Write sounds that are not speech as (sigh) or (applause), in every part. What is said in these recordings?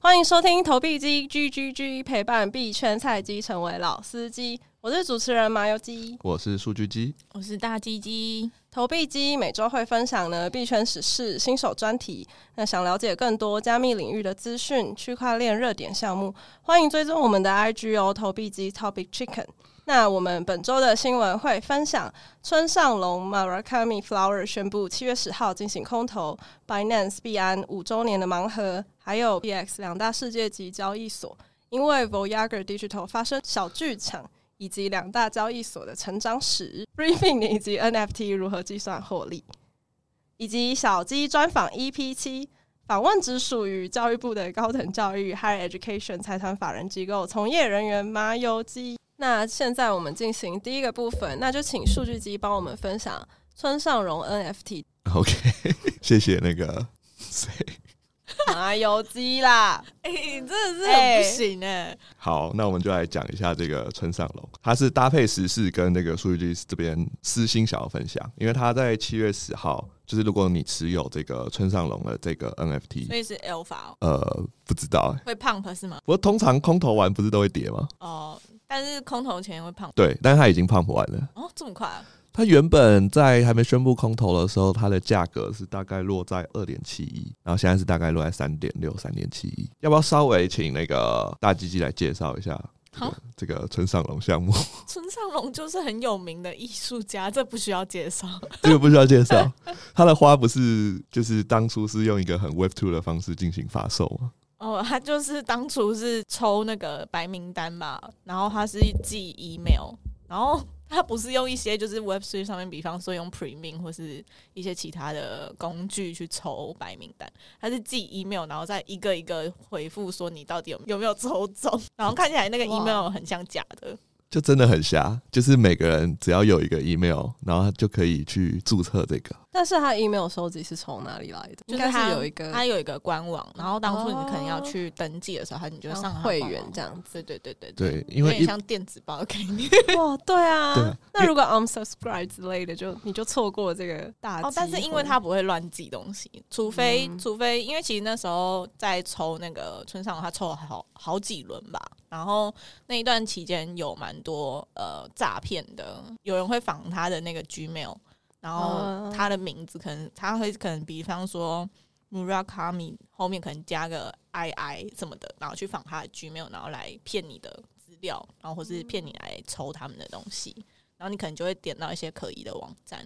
欢迎收听投币机 G G G，陪伴币圈菜鸡成为老司机。我是主持人麻油鸡。我是数据机，我是大鸡鸡，投币机每周会分享呢币圈时事、新手专题。那想了解更多加密领域的资讯、区块链热点项目，欢迎追踪我们的 IG 哦，投币机 Topic Chicken。那我们本周的新闻会分享：村上龙 Murakami Flower 宣布七月十号进行空投，Binance 币安五周年的盲盒，还有 BX 两大世界级交易所，因为 Voyager Digital 发生小剧场。以及两大交易所的成长史 briefing 以及 NFT 如何计算获利，以及小鸡专访 EP 七，访问只属于教育部的高等教育 Higher Education 财团法人机构从业人员麻油鸡。那现在我们进行第一个部分，那就请数据机帮我们分享村上荣 NFT (laughs) OK，谢 (laughs) 谢那个谁。麻油鸡啦，哎、你真的是很不行哎、好，那我们就来讲一下这个村上龙，他是搭配时事跟那个数据机这边私心想要分享，因为他在七月十号，就是如果你持有这个村上龙的这个所 NFT，以是 alpha 哦呃，不知道欸，会 pump 是吗？不过通常空投完不是都会跌吗？哦，但是空投前会 pump 对，但是他已经 pump 完了。哦，这么快、啊？它原本在还没宣布空投的时候，它的价格是大概落在二点七亿，然后现在是大概落在三点六、三点七亿。要不要稍微请那个大鸡鸡来介绍一下这个好这个村上龙项目？ (laughs) 村上龙就是很有名的艺术家，这不需要介绍。这个不需要介绍。它的花不是就是当初是用一个很 Web Two 的方式进行发售吗？哦，他就是当初是抽那个白名单吧，然后他是寄 email，然后他不是用一些就是 Web t 上面，比方说用 Premium 或是一些其他的工具去抽白名单，他是寄 email，然后再一个一个回复说你到底有有没有抽中，然后看起来那个哇 email 很像假的，就真的很瞎，就是每个人只要有一个 email，然后他就可以去注册这个。 (laughs) 但是他 email 收集是从哪里来的？应就该他是有一个他有一个官网，然后当初你可能要哦去登记的时候，他你就当上他的会官员网这样子。对对对对对，对，因为有一点像电子报的概念。 (laughs) 哦，对啊，对啊那如果 unsubscribe 之类的，就你就错过这个大哦，但是因为他不会乱寄东西，除非、嗯除非，因为其实那时候在抽那个村上，他抽了好好几轮吧。然后那一段期间有蛮多呃诈骗的，有人会仿他的那个 Gmail，然后哦他的名字可能他会可能比方说 Murakami 后面可能加个 II 什么的，然后去仿他的 Gmail，然后来骗你的资料，然后或是骗你来抽他们的东西，然后你可能就会点到一些可疑的网站。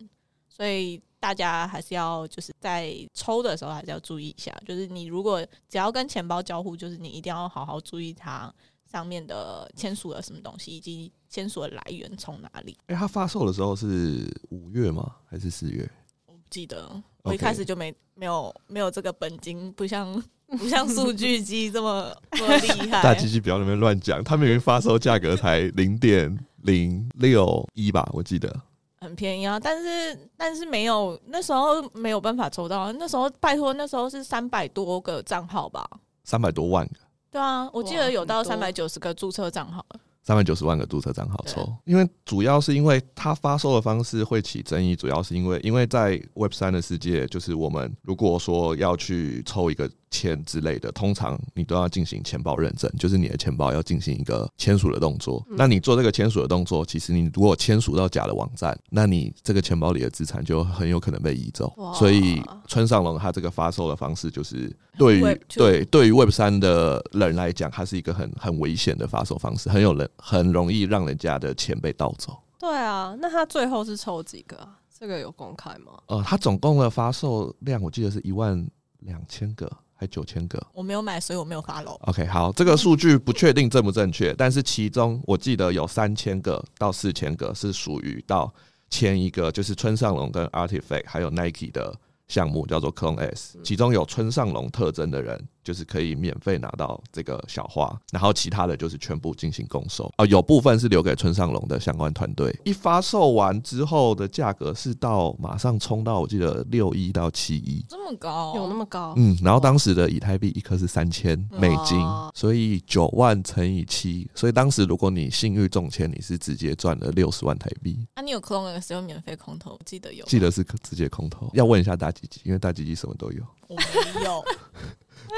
所以大家还是要就是在抽的时候还是要注意一下，就是你如果只要跟钱包交互，就是你一定要好好注意它上面的签署了什么东西，以及签署的来源从哪里。哎、它发售的时候是五月吗？还是四月？我不记得，我一 OK 开始就没没有没有这个本金，不像 (laughs) 不像数据机这么这么厉 (laughs) 害。大鸡鸡不要在那边乱讲，它明明发售价格才零点零六一吧，我记得。很便宜啊，但是但是没有那时候没有办法抽到啊，那时候拜托那时候是三百多个账号吧？三百多万个，对啊，我记哇得有到很三多百九十个注册账号，三百九十万个注册账号抽，因为主要是因为它发售的方式会起争议，主要是因为因为在 Web 三的世界，就是我们如果说要去抽一个签之类的，通常你都要进行钱包认证，就是你的钱包要进行一个签署的动作。那你做这个签署的动作，其实你如果签署到假的网站，那你这个钱包里的资产就很有可能被移走哇。所以村上龙他这个发售的方式，就是对于 Web 2对对于 Web 三的人来讲，它是一个很很危险的发售方式，很有人很容易让人家的钱被盗走。对啊，那他最后是抽几个啊？这个有公开吗？呃，它总共的发售量我记得是一万两千个还九千个。我没有买，所以我没有发楼。 OK，好，这个数据不确定正不正确，但是其中我记得有三千个到四千个是属于到前一个，就是村上龙跟 Artifact 还有 Nike 的项目叫做 Clone S，其中有村上龙特征的人，就是可以免费拿到这个小花，然后其他的就是全部进行供售哦、有部分是留给村上龙的相关团队。一发售完之后的价格是到马上冲到我记得六一到七一，这么高，有那么哦高？嗯，然后当时的以太币一颗是三千美金哇，所以九万乘以七，所以当时如果你幸运中签，你是直接赚了六十万台币，啊，你有 c l o n 的时候免费空投，我记得有， (laughs) 记得是直接空投。要问一下大吉吉，因为大吉吉什么都有。我没有，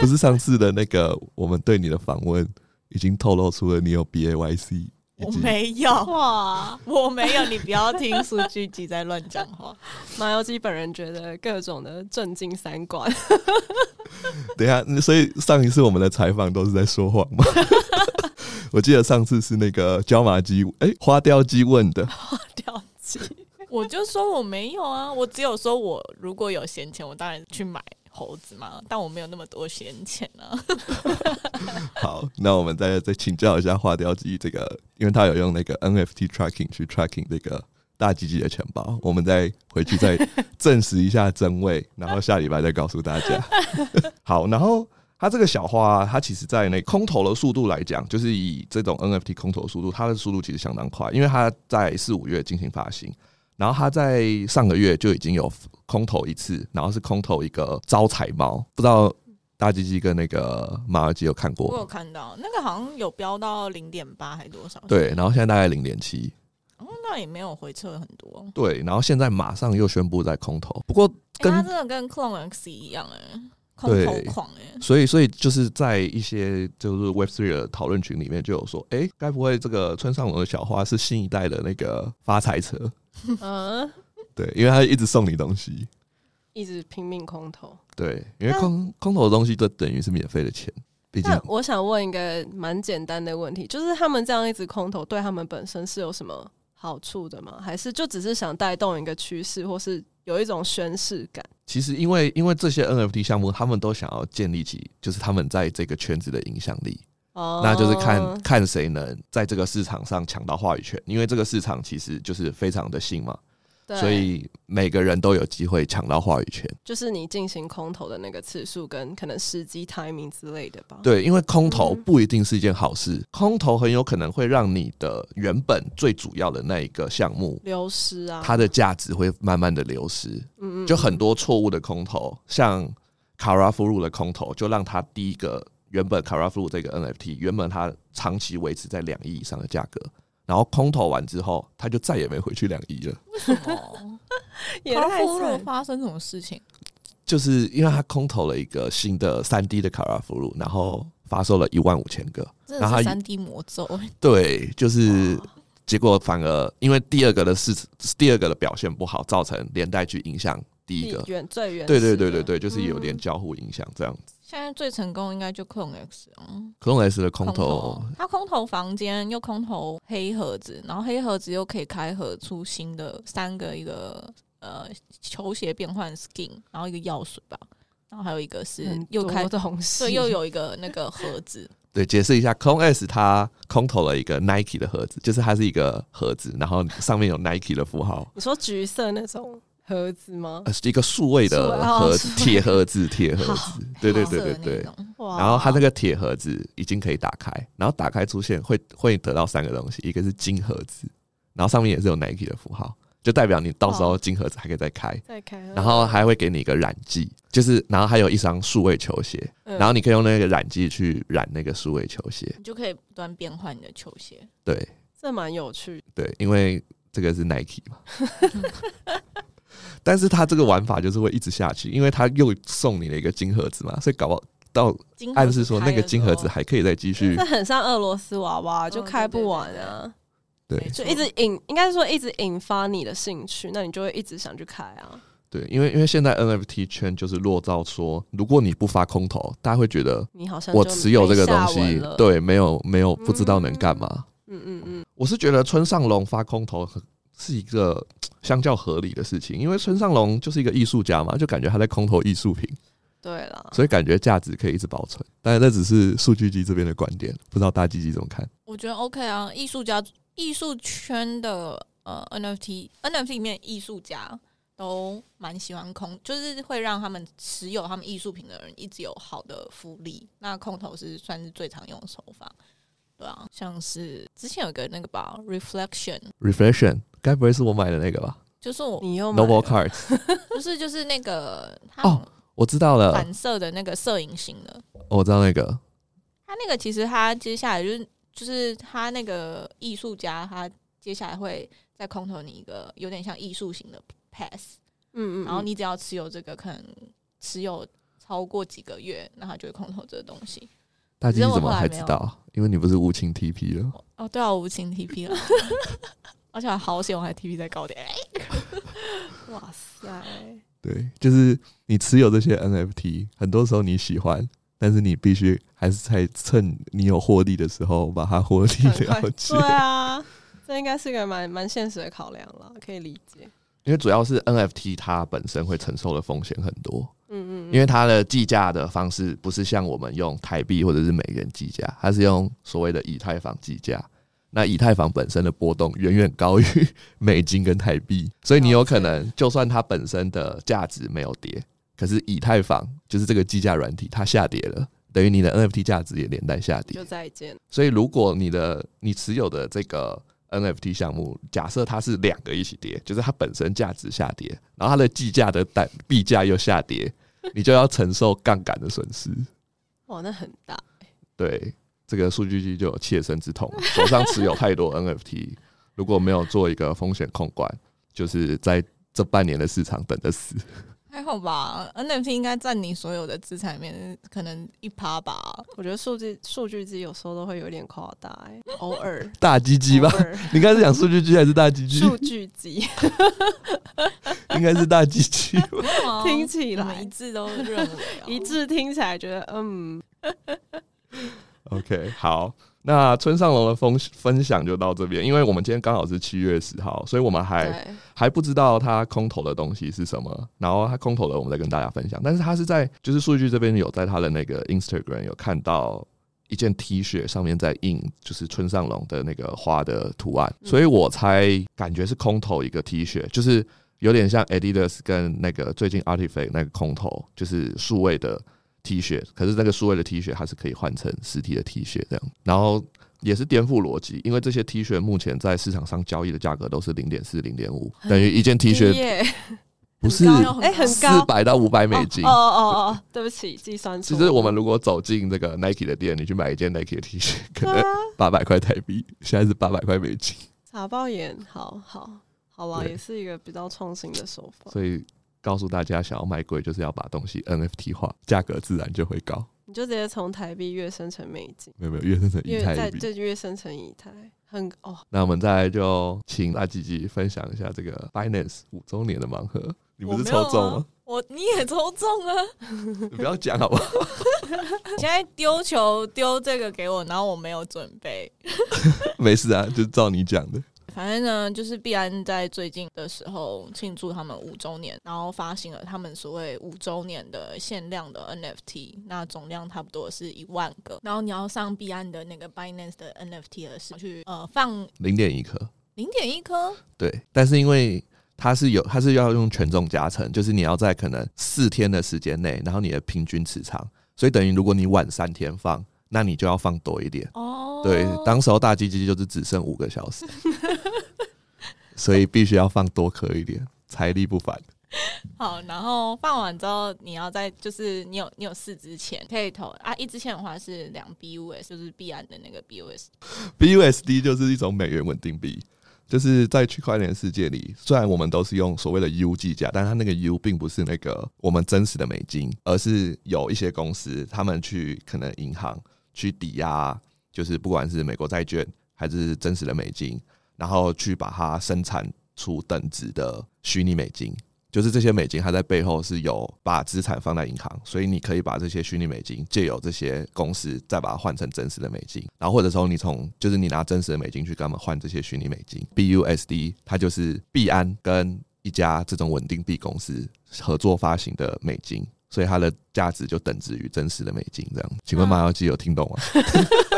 不是上次的那个我们对你的访问已经透露出了你有 B A Y C，以我及没 (laughs) 有，哇，我没有，你不要听苏剧集在乱讲话。麻油鸡本人觉得各种的震惊三观，等一下，嗯所以上一次我们的采访都是在说谎吗？ (laughs) 我记得上次是那个椒麻鸡，哎、花雕鸡问的，掉 (laughs) 鸡。 (laughs) 我就说我没有啊，我只有说我如果有闲钱，我当然去买猴子嘛，但我没有那么多闲钱啊。好，那我们再再请教一下花雕鸡这个，因为他有用那个 NFT tracking 去 tracking 这个大鸡鸡的钱包，我们再回去再证实一下真伪，然后下礼拜再告诉大家。 (laughs) 好，然后它这个小花、啊，它其实在那空投的速度来讲，就是以这种 NFT 空投的速度，它的速度其实相当快，因为它在四五月进行发行。然后它在上个月就已经有空投一次，然后是空投一个招财猫，不知道大鸡鸡跟那个马尔基有看过吗我有看到那个好像有飙到零点八还多少？对，然后现在大概零点七，哦，那也没有回撤很多。对，然后现在马上又宣布在空投，不过欸、跟、他真的跟 Clone X 一样哎、空对头狂哎、所以所以就是在一些就是 Web Three 的讨论群里面就有说，哎、该不会这个村上龙的小花是新一代的那个发财车？嗯，对，因为他一直送你东西，一直拼命空投。对，因为那空空投的东西就等于是免费的钱，毕竟那我想问一个蛮简单的问题，就是他们这样一直空投，对他们本身是有什么好处的吗？还是就只是想带动一个趋势，或是有一种宣示感？其实因为因为这些 NFT 项目，他们都想要建立起就是他们在这个圈子的影响力。哦，那就是看看谁能在这个市场上抢到话语权，因为这个市场其实就是非常的新嘛，对所以每个人都有机会抢到话语权。就是你进行空投的那个次数跟可能时机、timing 之类的吧。，对，因为空哦投嗯不一定是一件好事，空投很有可能会让你的原本最主要的那一个项目，流失啊，它的价值会慢慢的流失。嗯嗯就很多错误的空投，像卡拉夫鲁的空投，就让它第一个原本卡拉夫鲁这个 NFT 原本它长期维持在两亿以上的价格，然后空投完之后，它就再也没回去两亿了，为什 (laughs) 么？也卡太夫若惨发生什么事情？就是因为它空投了一个新的三 D 的卡拉夫鲁，然后发售了一万五千个，真然后的他是三 D 魔咒欸、对，就是。结果反而因为第二个的是第二个的表现不好，造成连带去影响第一个。远最远对对对对对，就是有嗯点交互影响这样子。现在最成功应该就 Clone X 啊，克隆 S 的空投投，他空投房间又空投黑盒子，然后黑盒子又可以开盒出新的三个一个呃球鞋变换 skin，然后一个药水吧，然后还有一个是又开的红色，对又有一个那个盒子，对，解释一下，Clone S 它空投了一个 Nike 的盒子，就是它是一个盒子，然后上面有 Nike 的符号，你说橘色那种盒子吗？呃，是一个数位数位的哦盒子数，位铁盒子，铁盒子，对对对对黑色的对那。种哇！然后它那个铁盒子已经可以打开，然后打开出现会会得到三个东西，一个是金盒子，然后上面也是有 Nike 的符号，就代表你到时哦候金盒子还可以再开，再开，然后还会给你一个染剂，就是然后还有一双数位球鞋，嗯然后你可以用那个染剂去染那个数位球鞋，你就可以不断变换你的球鞋。对。这蛮有趣的，对，因为这个是 Nike 嘛。但是它这个玩法就是会一直下去，因为它又送你了一个金盒子嘛，所以搞不好到金盒子暗示说开那的个金盒子时候还可以再继 (laughs) 续这。很像俄罗斯娃娃，嗯就开不完啊，对就一直引，应该是说一直引发你的兴趣，那你就会一直想去开啊。对，因为因为现在 NFT 圈就是落到说，如果你不发空投，大家会觉得你好像我就持有这个没东下文西了，，对，没有没有不知道能干嘛。嗯嗯嗯，我是觉得村上龙发空投很是一个相较合理的事情，因为村上龙就是一个艺术家嘛，就感觉他在空投艺术品。对啦，所以感觉价值可以一直保存。但那只是数据机这边的观点，不知道大鸡鸡怎么看？我觉得 OK 啊，艺术家、艺术圈的呃 NFT、NFT 里面艺术家都蛮喜欢空，就是会让他们持有他们艺术品的人一直有好的福利。那空投是算是最常用的手法，对啊，像是之前有一个那个吧，Reflection， Reflection，该不会是我买的那个吧就是我你又买了？Noble Cards，不是就是那个它哦我知道了，反射的那个摄影型的，我知道那个，他那个其实他接下来就是就是他那个艺术家，他接下来会再空投你一个有点像艺术型的 pass，、 (laughs) 嗯嗯，嗯然后你只要持有这个，可能持有超超过几个月，那他就会空投这个东西。大只金是你我怎么后来还没知有道？因为你不是无情 TP 了。哦，对啊，我无情 TP (laughs) 了，而且我好险，我还 TP 再高点。哇塞， (laughs) 对，就是你持有这些 NFT，很多时候你喜欢，但是你必须还是在趁你有获利的时候把它获利很快了结对。啊，这应该是个蛮蛮现实的考量了，可以理解。因为主要是 NFT 它本身会承受的风险很多，嗯嗯，因为它的计价的方式不是像我们用台币或者是美元计价，它是用所谓的以太坊计价。那以太坊本身的波动远远高于美金跟台币，所以你有可能就算它本身的价值没有跌，可是以太坊就是这个计价软体它下跌了，等于你的 NFT 价值也连带下跌就。再见。所以如果你的你持有的这个 NFT 项目，假设它是两个一起跌，就是它本身价值下跌，然后它的计价的代币价又下跌，你就要承受杠杆的损失。哇，那很大。对，这个数据机就有切身之痛，手上持有太多 NFT，如果没有做一个风险控管，就是在这半年的市场等着死。还好吧，NFT 应该占你所有的资产里面可能一趴吧。我觉得数据数据机有时候都会有点夸大、欸，偶尔大鸡鸡吧偶，尔你刚才是讲数据机还是大鸡鸡？哦数据机，应该是大鸡鸡吧。听起来啊我哦们一哦致都认为啊 (laughs) 一致听起来觉得嗯， OK，好，那村上龙的分分享就到这边，因为我们今天刚好是七月十号，所以我们还对，还不知道他空投的东西是什么，然后他空投的我们再跟大家分享。但是他是在就是数据这边有在他的那个 Instagram 有看到一件 T 恤上面在印就是村上龙的那个花的图案，嗯所以我猜感觉是空投一个 T 恤，就是有点像 Adidas 跟那个最近 Artifact 那个空投，就是数位的 T 恤，可是那个数位的 T 恤它是可以换成实体的 T 恤这样，然后也是颠覆逻辑，因为这些 T 恤目前在市场上交易的价格都是零点四、零点五，等于一件 T 低恤耶不是很高哎、很四高，百到五百美金哦。哦哦哦，对不起，计算错其了。实我们如果走进这个 Nike 的店，你去买一件 Nike 的 T 恤，可对能 (laughs) 啊，八百块台币，现在是八百块美金，傻爆眼，好好好吧，对也是一个比较创新的手法。所以告诉大家，想要卖贵就是要把东西 NFT 化，价格自然就会高。你就直接从台币跃升成美金，没有没有，越生成以越太再币。再跃升成以太，很哦，那我们再来就请阿吉吉分享一下这个 Binance 五周年的盲盒，你不是抽中 (laughs) 吗？我啊你也抽中啊！你不要讲好不好？ (laughs) 你现在丢球丢这个给我，然后我没有准备，没事啊，就照你讲的。反正呢，就是必安在最近的时候庆祝他们五周年，然后发行了他们所谓五周年的限量的 NFT，那总量差不多是一万个。然后你要上必安的那个 Binance 的 NFT 的是去呃放零点一颗，零点一颗，对，但是因为它是有，它是要用权重加成，就是你要在可能四天的时间内，然后你的平均持仓，所以等于如果你晚三天放，那你就要放多一点。哦，对，当时候大鸡鸡就是只剩五个小时， (laughs) 所以必须要放多颗一点，财力不凡。好，然后放完之后，你要再就是你有你有四支钱可以投啊，一支钱的话是两 BUS，就是必安的那个 BUS， (laughs) BUSD 就是一种美元稳定币，就是在区块链世界里，虽然我们都是用所谓的 U 计价，但它那个 U 并不是那个我们真实的美金，而是有一些公司他们去可能银行去抵押，就是不管是美国债券还是真实的美金，然后去把它生产出等值的虚拟美金。就是这些美金，它在背后是有把资产放在银行，所以你可以把这些虚拟美金借由这些公司，再把它换成真实的美金，然后或者说你从就是你拿真实的美金去跟他们换这些虚拟美金。BUSD 它就是币安跟一家这种稳定币公司合作发行的美金，所以它的价值就等值于真实的美金这样。请问马小基有听懂吗？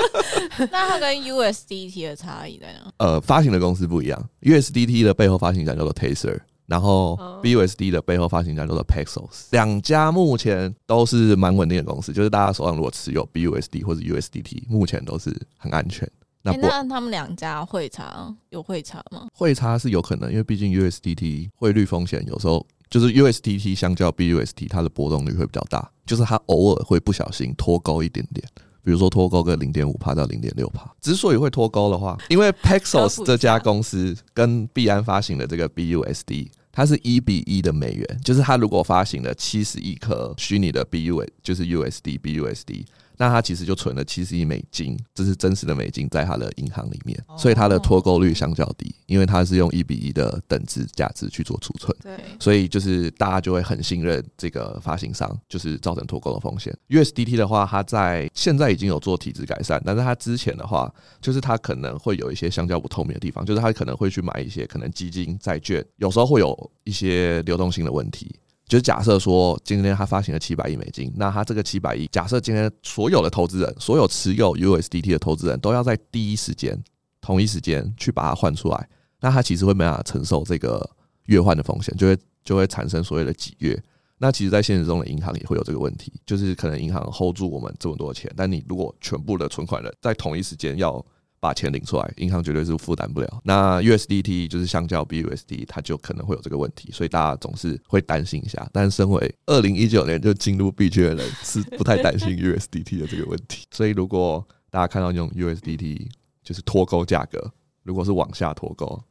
(laughs) 那它跟 USDT 的差异在哪？呃，发行的公司不一样，USDT 的背后发行家叫做 Taser，然后哦 BUSD 的背后发行家叫做 Paxos，两家目前都是蛮稳定的公司，就是大家手上如果持有 BUSD 或者 USDT，目前都是很安全。那诶不那他们两家汇差有汇差吗？汇差是有可能，因为毕竟 USDT 汇率风险有时候就是 USDT 相较 BUSD 它的波动率会比较大，就是它偶尔会不小心脱钩一点点。比如说脱钩个零点五帕到零点六帕，之所以会脱钩的话，因为科普 Paxos 一下这家公司跟币安发行的这个 BUSD，它是一比一的美元，就是它如果发行了七十亿颗虚拟的 BU，就是 USD BUSD，那它其实就存了七十亿美金，这是真实的美金在它的银行里面，所以它的脱钩率相较低，因为它是用一比一的等值价值去做储存。对，所以就是大家就会很信任这个发行商，就是造成脱钩的风险。USDT 的话，它在现在已经有做体制改善，但是它之前的话，就是它可能会有一些相较不透明的地方，就是它可能会去买一些可能基金、债券，有时候会有一些流动性的问题。就是假设说，今天它发行了七百亿美金，那它这个七百亿，假设今天所有的投资人，所有持有 USDT 的投资人都要在第一时间、同一时间去把它换出来，那它其实会没办法承受这个月换的风险，就会就会产生所谓的挤兑。那其实，在现实中的银行也会有这个问题，就是可能银行 hold 住我们这么多钱，但你如果全部的存款人在同一时间要把钱领出来，银行绝对是负担不了。那 USDT 就是相较 BUSD，它就可能会有这个问题，所以大家总是会担心一下。但身为二零一九年就进入币圈的人，是不太担心 USDT 的这个问题。所以，如果大家看到那种 USDT 就是脱钩价格，如果是往下脱钩，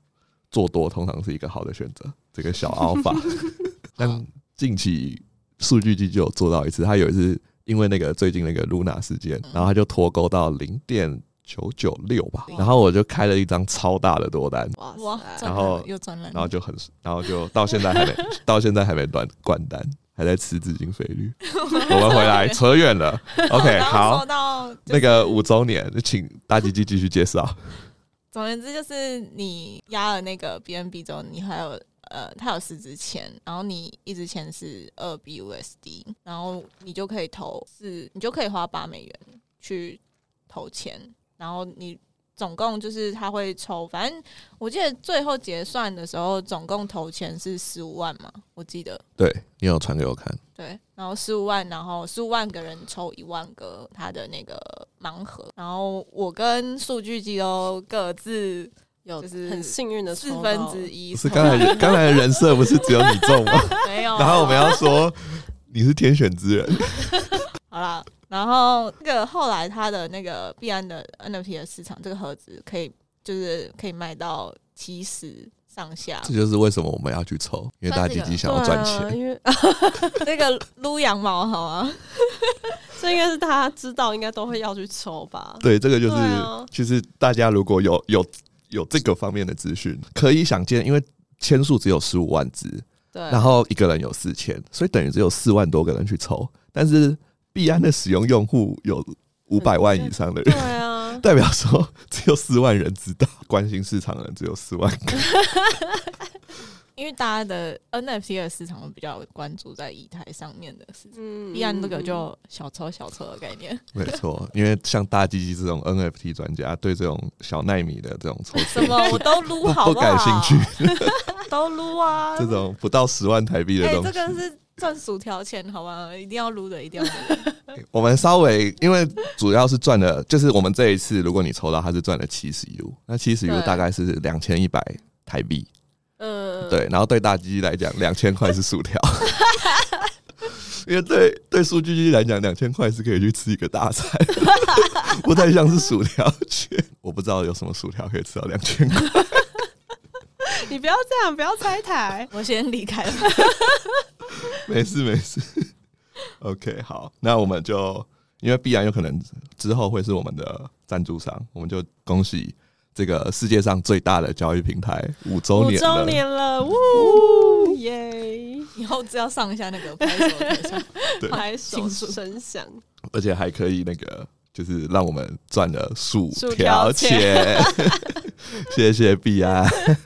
做多通常是一个好的选择。这个小 alpha，但近期数据机就有做到一次，他有一次因为那个最近那个 Luna 事件，然后他就脱钩到零点九九六吧，然后我就开了一张超大的多单，哇哇塞，，赚然后烂又赚烂，然后就很，然后就到现在还没，到现在还没断关单。还在吃资金费率，我们回来扯远了。OK，哦然后好说，到 (laughs) 就是那个五周年，请大吉吉继续介绍。总而言之，就是你压了那个 BNB 之后，你还有呃，它有十支签，然后你一支签是二 BUSD，然后你就可以投四，你就可以花八美元去投钱，然后你总共就是他会抽，反正我记得最后结算的时候，总共投钱是十五万嘛，我记得 (laughs) 对你有传给我看，对，然后十五万，然后十五万个人抽一万个他的那个盲盒，然后我跟数据机都各自有就是很幸运的四分之一，一不是刚才人刚才的人设不是只有你中 (laughs) 吗？没有，然后我们要说你是天选之 (laughs) 人，好啦，然后这个后来他的那个币安的 NFT 的市场，这个盒子可以就是可以卖到七十上下，这就是为什么我们要去抽，因为大吉吉想要赚对啊，钱。因 (laughs) 为那个撸羊毛好吗？这应该是大家知道，应该都会要去抽吧。对，这个就是对啊就是大家如果有有有这个方面的资讯，可以想见，因为签数只有十五万只，对，然后一个人有四千，所以等于只有四万多个人去抽，但是币安的使用用户有五百万以上的对人。 (laughs) 啊，代表说只有四万人知道，关心市场的人只有四万个。因为大家的 NFT 的市场会比较关注在以太上面的市场，嗯 (laughs) 币安这个就小抽小抽的概 (laughs) 念，没错，因为像大鸡鸡这种 NFT 专家，对这种小奈米的这种抽什么我都撸好不好？感兴 (laughs) 趣，嗯都 (laughs) 撸啊，这种不到十万台币的哎、东这西。个是赚薯条钱，好吗？一定要撸的，一定要撸的。我们稍微，因为主要是赚了，就是我们这一次，如果你抽到，它是赚了七十 U，那七十 U 对大概是两千一百台币，嗯，对。然后对大鸡鸡来讲，两千块是薯条， (laughs) 因为对对数据机来讲，两千块是可以去吃一个大餐， (laughs) 不太像是薯条钱。我不知道有什么薯条可以吃到两千块。 (laughs) 你不要这样，不要拆 (laughs) 台。 (laughs) 我先离开了。没事没事。OK，好，那我们就因为必然有可能之后会是我们的赞助商，我们就恭喜这个世界上最大的交易平台五周五年周了。年了，呜耶！ (laughs) 以后只要上一下那个拍手拍手，对拍手庆祝声响，而且还可以那个，就是让我们赚了薯薯条条钱。 (laughs) 谢谢必安。哎、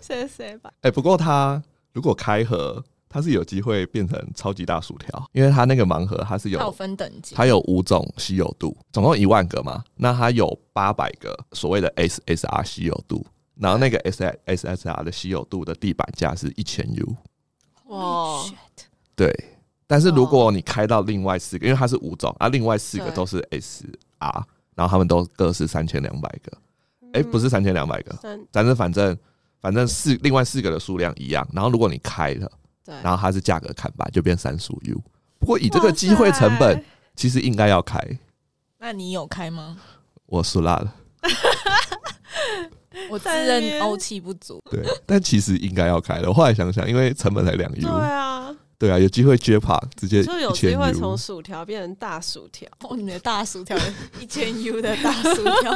谢谢吧。不过它如果开盒，它是有机会变成超级大薯条，因为它那个盲盒它是有它有分等级，它有五种稀有度，总共一万个嘛，那它有八百个所谓的 SSR 稀有度，然后那个 S SSR 的稀有度的地板价是一千 U，哇 Holy shit，对。但是如果你开到另外四个，因为它是五种啊，另外四个嗯对都是 SR，然后他们都各是三千两百个，哎、不是三千两百个，嗯三但是反正反正四另外四个的数量一样，然后如果你开了，对，然后它是价格砍半，就变三十五 U。不过以这个机会成哇本塞，，其实应该要开，那你有开吗？我输辣了。我自在那 (laughs) 认边欧气不足， (laughs) 对，但其实应该要开的。我后来想想，因为成本才两 U，对啊，对啊，有机会接帕直接就有一机千会从 U，薯条变成大薯条。哦，你的大薯 (laughs) 条一千 U 的大薯 (laughs) 条，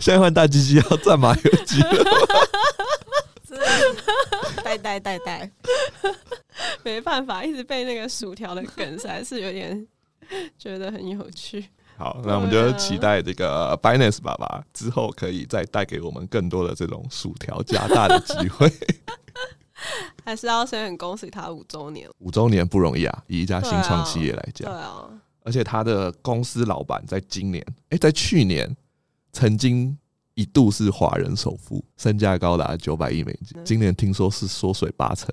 现在换大鸡鸡要占麻油鸡了。真的是呆呆呆呆。没办法，一直被那个薯条的梗，实在是有点觉得很有趣。好，那我们就期待这个呃 Binance 爸爸之后可以再带给我们更多的这种薯条加大的机会。还是要先很恭喜他五周年。 (laughs) 五周年不容易啊，以一家新创企业来对讲，啊，而且他的公司老板在今年，哎、在去年曾经一度是华人首富，身价高达九百亿美金，嗯今年听说是缩水 (laughs) 八成，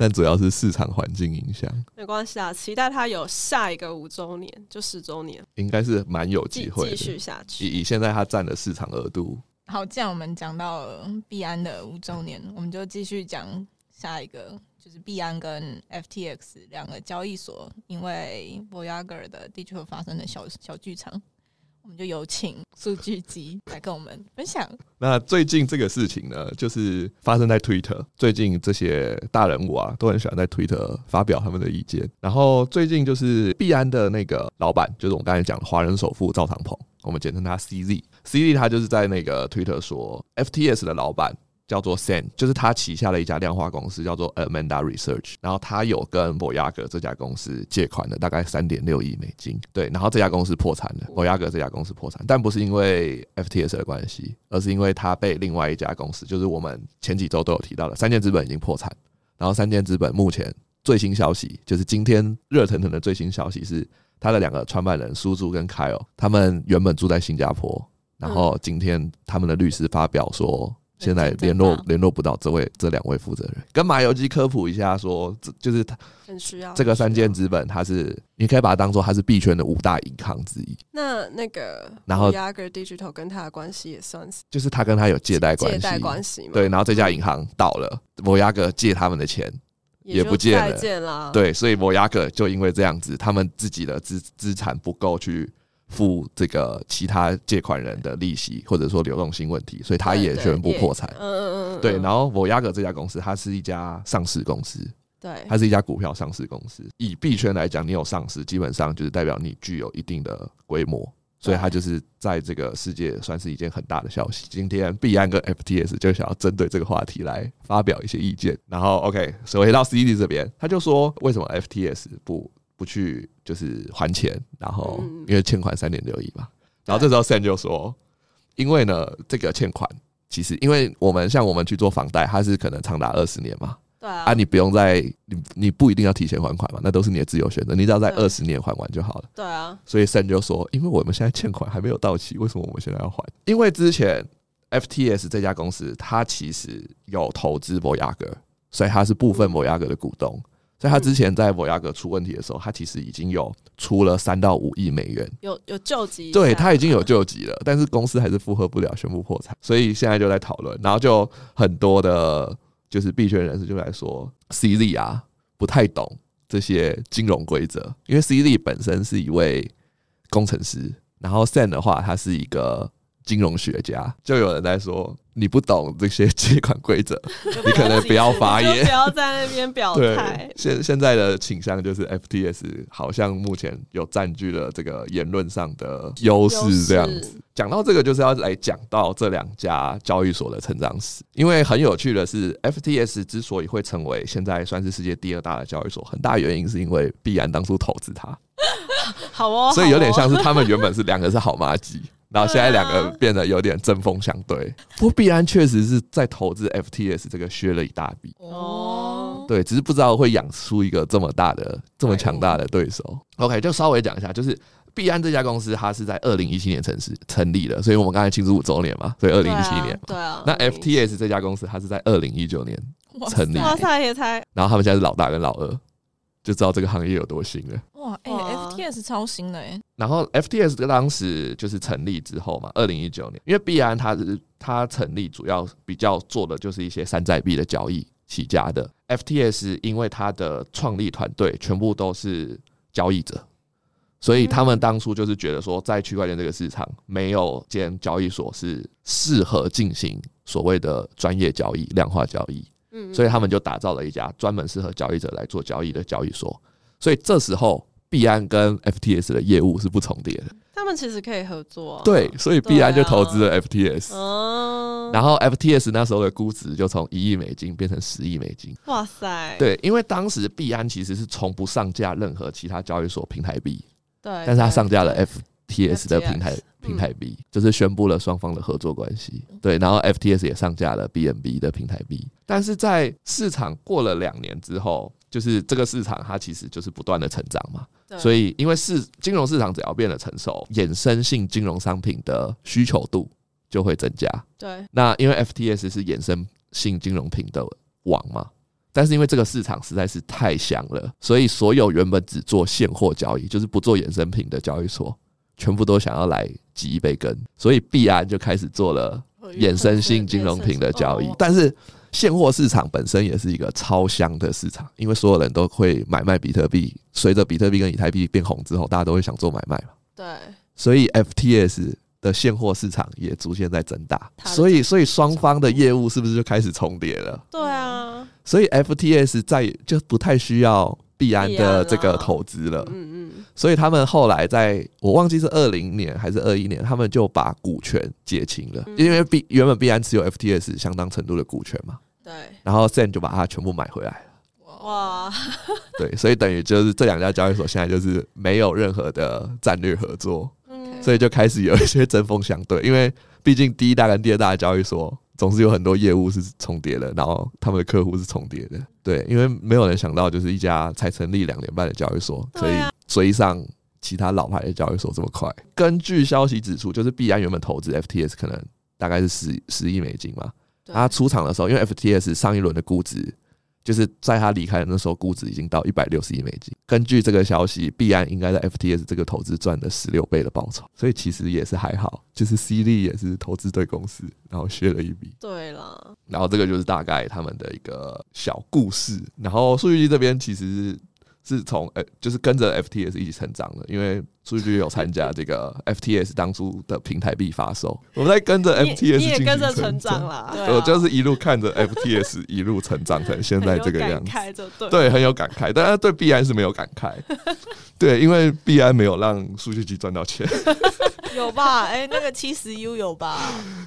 但主要是市场环境影响，没关系啊，期待他有下一个五周年，就十周年，应该是蛮有机继会继续的。下去。以以现在他占的市场额度，好，既然我们讲到了币安的五周年，我们就继续讲下一个，就是币安跟 FTX 两个交易所因为 Voyager 的地球发生的小小剧场，我们就有请数据集来跟我们分享。那最近这个事情呢，就是发生在 Twitter。最近这些大人物啊，都很喜欢在 Twitter 发表他们的意见。然后最近就是币安的那个老板，就是我们刚才讲的华人首富赵长鹏，我们简称他 CZ。CZ 他就是在那个 Twitter 说，FTS 的老板叫做 Sam，就是他旗下的一家量化公司叫做 Amanda Research，然后他有跟 Voyager 这家公司借款的大概三点六亿美金，对，然后这家公司破产了，Voyager 这家公司破产，但不是因为 FTS 的关系，而是因为它被另外一家公司，就是我们前几周都有提到的三箭资本已经破产，然后三箭资本目前最新消息就是今天热腾腾的最新消息是。他的两个创办人苏柱跟 Kyle，他们原本住在新加坡，然后今天他们的律师发表说，现在联络嗯联络不到这位这两位负责人，跟麻油鸡科普一下说，这就是他很需要这个三件。箭资本，它是你可以把它当做它是币圈的五大银行之一，那那个，然后 Yager Digital 跟他的关系也算是就是他跟他有借贷关借系，贷关系嘛？对，，然后这家银行倒了，摩亚哥借他们的钱，也不见了再见啦。，对，所以摩亚哥就因为这样子，他们自己的资资产不够去。付这个其他借款人的利息，或者说流动性问题，所以他也对宣布也破产。嗯嗯嗯嗯，对，嗯然后 Voyager 这家公司，它是一家上市公司，对，它是一家股票上市公司。以币圈来讲，你有上市，基本上就是代表你具有一定的规模，所以它就是在这个世界算是一件很大的消息。今天币安跟 FTS 就想要针对这个话题来发表一些意见。然后 OK，所以回到 CD 这边，他就说为什么 FTS 不不去就是还钱，然后嗯因为欠款三点六亿嘛。然后这时候 Sam 就说，因为呢这个欠款。其实，因为我们像我们去做房贷，它是可能长达二十年嘛，对啊啊，，你不用再你你不一定要提前还款嘛，那都是你的自由选择，你只要在对二十年还完就好了。对啊，所以 Sam 就说，因为我们现在欠款还没有到期，为什么我们现在要还？ (laughs) 因为之前 FTS 这家公司，它其实有投资摩亚哥，所以它是部分摩亚哥的股东。所以它之前在摩亚哥出问题的时候，它其实已经有出了三到五亿美元有有救急一下，对他已经 (laughs) 有救急了，但是公司还是负荷不了，宣布破产，所以现在就在讨论，然后就很多的，就是币圈人士就来说，CZ 啊不太懂这些金融规则，因为 CZ 本身是一位工程师，然后 Sam 的话他是一个金融学家，就有人在说你不懂这些 (laughs) 借款规则，你可能不要发就言不。要在那边表态对，。现现在的倾向就是 FTS 好像目前有占据了这个言论上的优优势，势这样子。讲到这个，就是要来讲到这两家交易所的成长史，因为很有趣的是，FTS 之所以会成为现在算是世界第二大的交易所，很大原因是因为必然当初投资它，好哦，所以有点好哦像是他们原本是两个是好妈鸡。然后现在两个变得有点针锋相对，不过必安确实是在投资 FTS 这个削了一大笔，哦 (laughs) 对，只是不知道会养出一个这么大的、这么强大的对手。OK，就稍微讲一下，就是币安这家公司，它是在二零一七年成市成立的，所以我们刚才庆祝五周年嘛，所以二零一七年。对啊，那对啊 FTS 这家公司，它是在二零一九年，哇成立哇塞塞也才然后他们现在是老大跟老二，就知道这个行业有多新了。哇，哎、哇 f t s 超新的哎、然后 FTS 当时就是成立之后嘛，二零一九年，因为币安它是它成立主要比较做的就是一些山寨币的交易起家的。FTS 因为它的创立团队全部都是交易者，所以他们当初就是觉得说，在区块链这个市场，没有间交易所是适合进行所谓的专业交易、量化交易，嗯，所以他们就打造了一家专门适合交易者来做交易的交易所。所以这时候，币安跟 FTS 的业务是不重叠的，他们其实可以合作、啊。对，所以币安就投资了 FTS。啊嗯哦，然后 FTS 那时候的估值就从一亿美金变成十亿美金，哇塞，对，因为当时币安其实是从不上架任何其他交易所平台币，对，但是它上架了对 FTS 的平台 FTX 平台币，就是宣布了双方的合作关系。对，然后 FTS 也上架了 BNB 的平台币，但是在市场过了两年之后，就是这个市场它其实就是不断的成长嘛，对所以因为市金融市场只要变得成熟，衍生性金融商品的需求度就会增加。对那因为 FTS 是衍生性金融品的网嘛，但是因为这个市场实在是太香了，所以所有原本只做现货交易，就是不做衍生品的交易所，全部都想要来挤一杯羹，所以币安就开始做了衍生性金融品的交易哦。但是现货市场本身也是一个超香的市场，因为所有人都会买卖比特币，随着比特币跟以太币变红之后，大家都会想做买卖嘛。对，所以 FTS 的现货市场也逐渐在增大，它的所以所以双方的业务是不是就开始重叠了？对啊，所以 FTS 在就不太需要币安币安的了这个投资了，嗯嗯，所以他们后来在我忘记是二零年还是二一年，他们就把股权结清了，因为币原本币安持有 FTS 相当程度的股权嘛，对，然后 Sen 就把它全部买回来了。哇，对，所以等于就是这两家交易所现在就是没有任何的战略合作，嗯所以就开始有一些针锋相对，因为毕竟第一大跟第二大的交易所总是有很多业务是重叠的，然后他们的客户是重叠的。对，因为没有人想到，就是一家才成立两年半的交易所，可以对啊追上其他老牌的交易所这么快。根据消息指出，就是币安原本投资 FTS 可能大概是十十亿美金嘛，对他出场的时候，因为 FTS 上一轮的估值。就是在他离开的那时候，估值已经到一百六十亿美金。根据这个消息，币安应该在 FTS 这个投资赚了十六倍的报酬，所以其实也是还好。就是 C 利也是投资对公司，然后削了一笔。对啦，然后这个就是大概他们的一个小故事。然后数据机这边其实是从呃，就是跟着 FTS 一起成长的，因为数据机有参加这 (laughs) 个 FTS 当初的平台币发售，我们在跟着你 FTS 进你也行跟着成成长长。啦，对啊我就是一路看着 FTS 一路成长成现 (laughs) 在这个样子，开着对对，很有感慨，但他对币安是没有感 (laughs) 慨，对，因为币安没有让数据机赚到钱，有吧？哎、那个七十 U 有吧？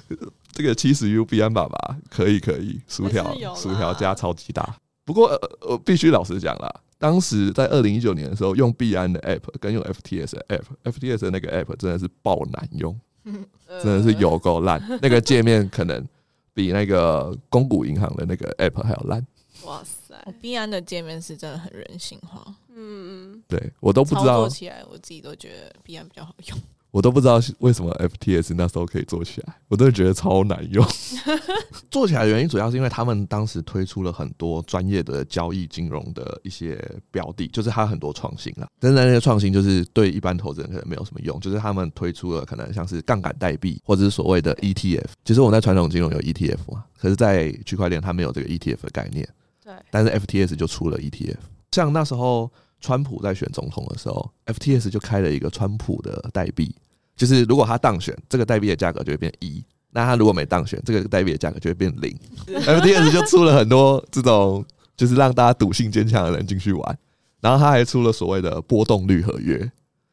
(laughs) 这个七十 U 币安爸爸可以可以，薯条还是有啦薯条加超级大。不过呃我必须老实讲啦，当时在二零一九年的时候，用币安的 app 跟用 FTS 的 app，FTS 的那个 app 真的是爆难用，呃真的是有 (laughs) 够烂，那个界面可能比那个公股银行的那个 app 还要烂。哇塞，哦我哦币安的界面是真的很人性化，嗯嗯，对我都不操知道作，起来我自己都觉得币安比较好用。我都不知道为什么 FTS 那时候可以做起来，我真的觉得超难用。 (laughs) 做起来的原因主要是因为他们当时推出了很多专业的交易金融的一些标的，就是它很多创新啦。但是那些创新就是对一般投资人可能没有什么用，就是他们推出了可能像是杠杆代币或者是所谓的 E ETF。其实我们在传统金融有 ETF 嘛，可是在区块链它没有这个 ETF 的概念。对但是 FTS 就出了 ETF。像那时候川普在选总统的时候，FTS 就开了一个川普的代币，就是如果他当选，这个代币的价格就会变一；那他如果没当选，这个代币的价格就会变 (laughs) 零。FTS 就出了很多这种，就是让大家赌性坚强的人进去玩。然后他还出了所谓的波动率合约，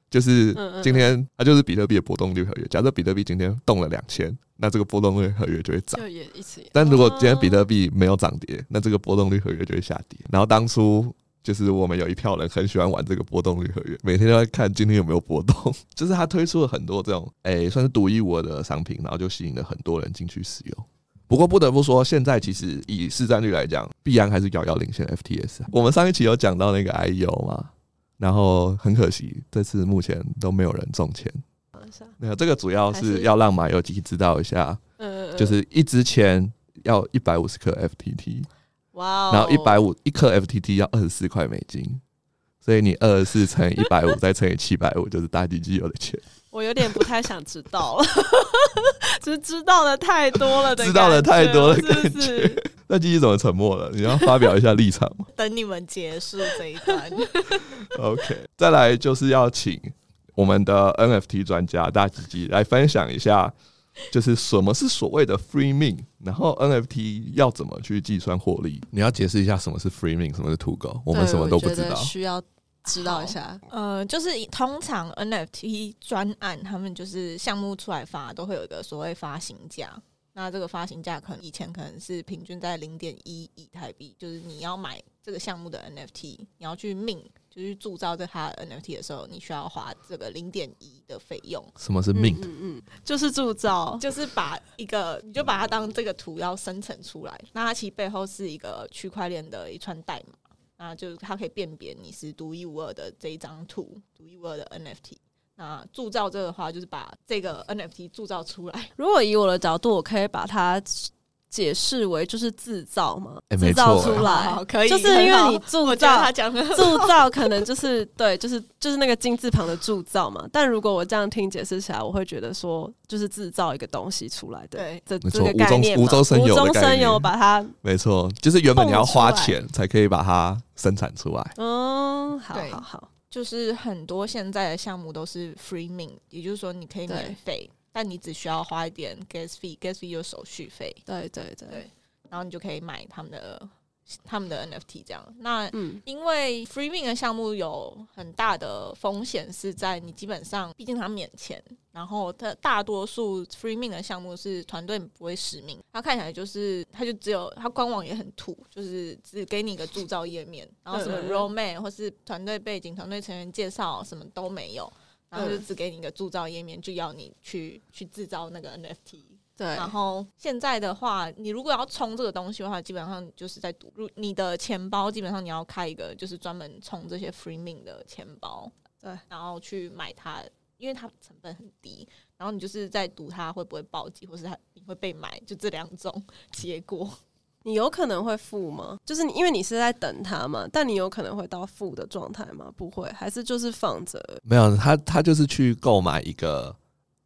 就是嗯嗯今天它就是比特币的波动率合约。假设比特币今天动了两千，那这个波动率合约就会涨。就也一起，哦但如果今天比特币没有涨跌，那这个波动率合约就会下跌。然后当初就是我们有一票人很喜欢玩这个波动率合约，每天都在看今天有没有波动。 (laughs) 就是他推出了很多这种诶、算是独一无二的商品，然后就吸引了很多人进去使用。不过不得不说，现在其实以市占率来讲，必然还是遥遥领先 FTS 啊。我们上一期有讲到那个 IEO 嘛，然后很可惜，这次目前都没有人中签。想一下那这个主要还是是要让马友基知道一下，嗯嗯，就是一支钱要一百五十克 FTT，、哇哦，然后一百五一克 FTT 要二十四块美金，所以你二十四乘以一 (laughs) 百五再乘以七百五就是大吉吉有的钱，我有点不太想知道了， (laughs) 只是知道的太多了的感觉，知道了太多的是不是？那吉吉怎么沉默了？你要发表一下 (laughs) 立场吗 (laughs) 等你们结束这一段， ？OK，再来就是要请我们的 NFT 专家大吉吉来分享一下，就是什么是所谓的 free min，然后 NFT 要怎么去计算获利？你要解释一下什么是 free min，什么是土狗，我我们什么都不觉知得道。需要知道一下。呃，就是以通常 NFT 专案，他们就是项目出来发，都会有一个所谓发行价。那这个发行价可能以前可能是平均在零点一以太币，就是你要买这个项目的 NFT，你要去命，就是铸造这它的 NFT 的时候，你需要花这个零点一的费用，什么是嗯 mint？、嗯嗯，就是铸造，就是把一个你就把它当这个图要生成出来，那它其实背后是一个区块链的一串代码，那就是它可以辨别你是独一无二的这一张图，独一无二的 NFT。那铸造这个的话，就是把这个 NFT 铸造出来，如果以我的角度，我可以把它解释为就是自造嘛，哎没制造错出来，好可以，就是因为很好你我铸觉得造他。(laughs) 讲的铸造可能就是对，就是就是那个金字旁的铸造嘛。但如果我这样听解释起来，我会觉得说，就是制造一个东西出来的对这没这错个概念嘛，无中无中生有的无中概生有念把它没错，就是原本你要花蹦出来钱才可以把它生产出来。嗯，好对好好， (laughs) 就是很多现在的项目都是 free mint，也就是说你可以对免费，但你只需要花一点 gas fee，gas fee 就是手续费，对对对对，然后你就可以买他们的他们的 NFT 这样。那嗯因为 free mint 的项目有很大的风险是在你基本上，毕竟它免钱，然后它大多数 free mint 的项目是团队不会实名，它看起来就是它就只有它官网也很土，就是只给你一个铸造页面，然后什么嗯嗯嗯 roadmap 或是团队背景、团队成员介绍什么都没有。然后就嗯只给你一个铸造页面，就要你去去制造那个 NFT，对，然后现在的话，你如果要充这个东西的话，基本上就是在赌入你的钱包，基本上你要开一个就是专门充这些 free mint 的钱包，对，然后去买它，因为它成本很低，然后你就是在赌它会不会暴击，或是它你会被买，就这两种结果。你有可能会付吗？就是你因为你是在等它嘛，但你有可能会到付的状态吗？不会，还是就是放着。没有，他他就是去购买一个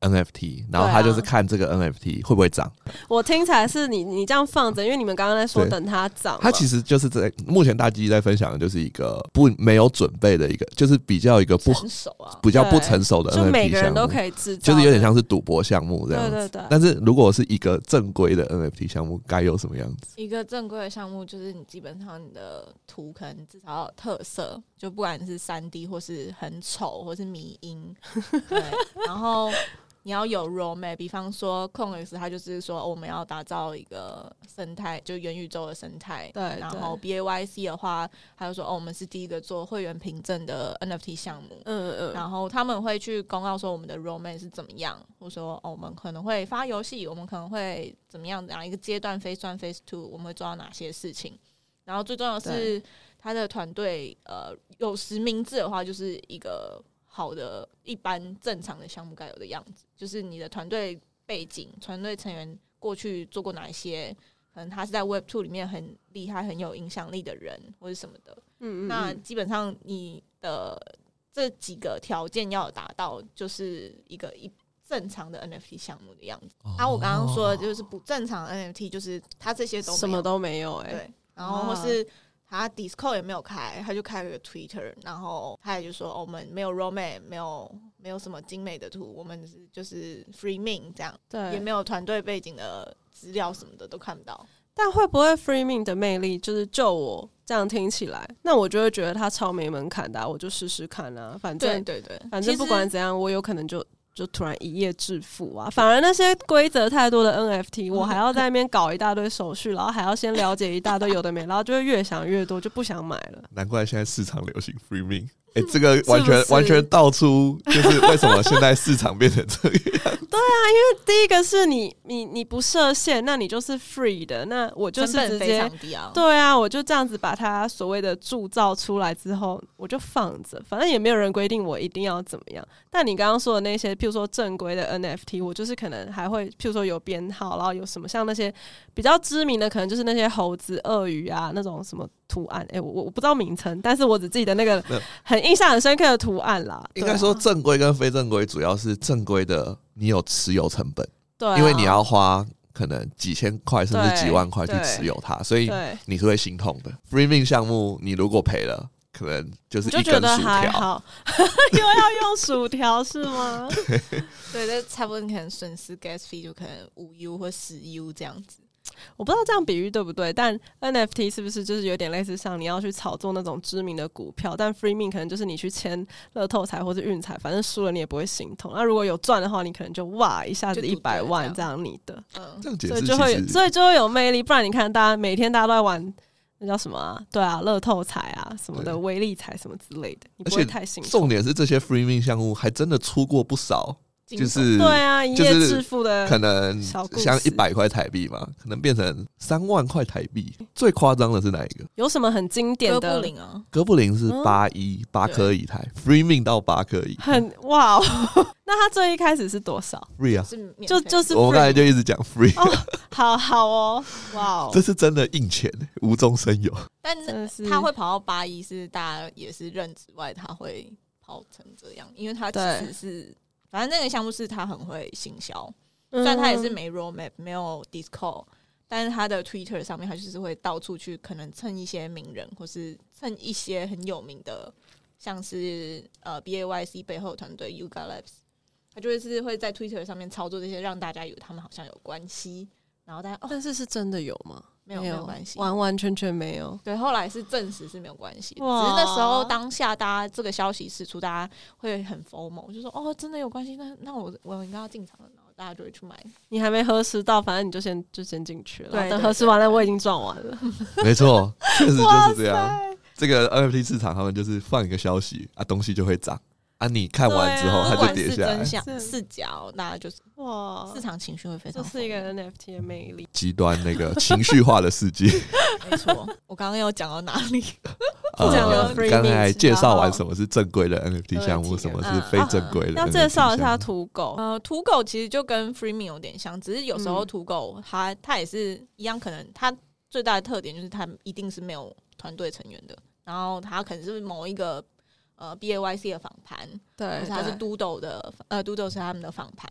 NFT，然后他就是看这个 NFT 会不会涨。我听起来是你你这样放着，因为你们刚刚在说对等它涨嘛，他其实就是在目前大鸡在分享的就是一个不没有准备的一个，就是比较一个不成熟啊，比较不成熟的就 NFT 每个人项目都可以制造，就是有点像是赌博项目这样对子。对对，但是如果是一个正规的 NFT 项目，该有什么样子？一个正规的项目，就是你基本上你的图可能至少要有特色，就不管是三 D 或是很丑，或是迷 (laughs) 音，对，然后你要有 roadmap，比方说 c o n x 它就是说、哦我们要打造一个生态，就元宇宙的生态，对然对后 BAYC 的话，它就说哦，我们是第一个做会员凭证的 NFT 项目，嗯嗯嗯，然后他们会去公告说我们的 roadmap 是怎么样，或者说、哦、我们可能会发游戏，我们可能会怎么样，哪一个阶段 phase one phase two 我们会做到哪些事情。然后最重要的是他的团队，呃，有实名制的话，就是一个好的一般正常的项目该有的样子，就是你的团队背景、团队成员过去做过哪一些，可能他是在 Web Two 里面很厉害、很有影响力的人或者什么的。嗯嗯那嗯基本上你的这几个条件要有达到，就是一个一正常的 NFT 项目的样子。然啊后我刚刚说的就是不正常的 NFT，就是它这些都没有什么都没有哎、对，然后或是。他 Discord 也没有开，他就开了个 Twitter，然后他也就说、哦我们没有 Roman，没有没有什么精美的图，我们是就是 Free Min 这样，也对。没有团队背景的资料什么的都看不到。但会不会 free min 的魅力就是就我这样听起来，那我就会觉得它超没门槛的啊、我就试试看啊，反正对对，反正不其实管怎样，我有可能就就突然一夜致富啊。反而那些规则太多的 NFT，我还要在那边搞一大堆手续，然后还要先了解一大堆有的没，然后就会越想越多，就不想买了。难怪现在市场流行 (laughs) free min。哎、这个完全是不是完全道出，就是为什么现在市场变成这样。第一个是你你你不设限，那你就是 free 的，那我就成是直本非接。常低啊。对啊，我就这样子把它所谓的铸造出来之后，我就放着，反正也没有人规定我一定要怎么样。但你刚刚说的那些，譬如说正规的 NFT，我就是可能还会，譬如说有编号，然后有什么像那些比较知名的，可能就是那些猴子、鳄鱼啊那种什么图案，诶，我我我不知道名称，但是我只记得那个没有很印象很深刻的图案啦。 (laughs) 应该说正规跟非正规，主要是正规的，你有持有成本，对啊，因为你要花可能几千块甚至对几万块去对持有它，所以对你是会心痛的。Free Min 项目，你如果赔了，可能就是你一就觉根得薯还条。好， (laughs) 又要用薯条是吗？对，这差不多你可能损失 gas fee 就可能五 U 或十 U 这样子。我不知道这样比喻对不对，但 NFT 是不是就是有点类似像你要去炒作那种知名的股票，但 free mint 可能就是你去签乐透彩或者运彩，反正输了你也不会心痛。那如果有赚的话，你可能就哇一下子就一赌对百了万这这样你的，嗯，这样解所释以其就会实所以就会有魅力。不然你看大家每天大家都在玩。那叫什么啊？对啊，乐透彩啊，什么的，对威力彩什么之类的，你而不且会太心痛。重点是这些 freeming 项目还真的出过不少，就惊悚是对啊，一就夜是致富的可能小故像事一百块台币嘛，可能变成三万块台币。最夸张的是哪一个？有什么很经典哥的布？林啊，哥布林是嗯八一八颗以太，freeming 到八颗以太很哇、哦， (laughs) 那他最一开始是多少？ ，free 啊！是免就费就的是我们刚 free 才就一直讲 free，、哦好好哦，哇这哦，是真的印钱，无中生 (laughs) 有。但真的是是他会跑到八一，是大家也是认之外，他会跑成这样，因为他其对实是，反正那个项目是他很会行销，虽然他嗯也是没 roadmap 没有 Discord，但是他的 Twitter 上面他就是会到处去，可能蹭一些名人，或是蹭一些很有名的，像是呃 BAYC 背后团队 Yuga Labs，他就会是会在 Twitter 上面操作这些，让大家以为他们好像有关系，然后大家哦但是是真的有吗？没有没有关系，完完全全没有。对，后来是证实是没有关系的，只哇是那时候当下大家这个消息释出，大家会很 formal，就说哦，真的有关系，那那我我应该要进场了，然后大家就会去买。你还没核实到，反正你就先就先进去了。对等对核实完了，对我已经赚完 (laughs) 了。没错，确实就是这样。塞，这个 NFT 市场，他们就是放一个消息啊，东西就会涨啊，你看完之后、对啊它不就管跌是下来真，相是是假，大家就是哇，市场情绪会非常这丰富。是一 (laughs) 个 NFT 的魅力。极端那个情绪化的 (laughs) 世界。没错。我刚刚要讲到哪里？讲了呃， freemium 刚才介绍然完后什么是正规的 NFT 项目，对什么嗯是非正规的 NFT 项目。要介绍一下土狗，呃，土狗其实就跟 Freeman 有点像，只是有时候嗯土狗它、它也是一样，可能它最大的特点就是它一定是没有团队成员的，然后它可能是某一个呃 BAYC 的访谈，或对是它是对 Doodle 的呃 Doodle 是他们的访谈，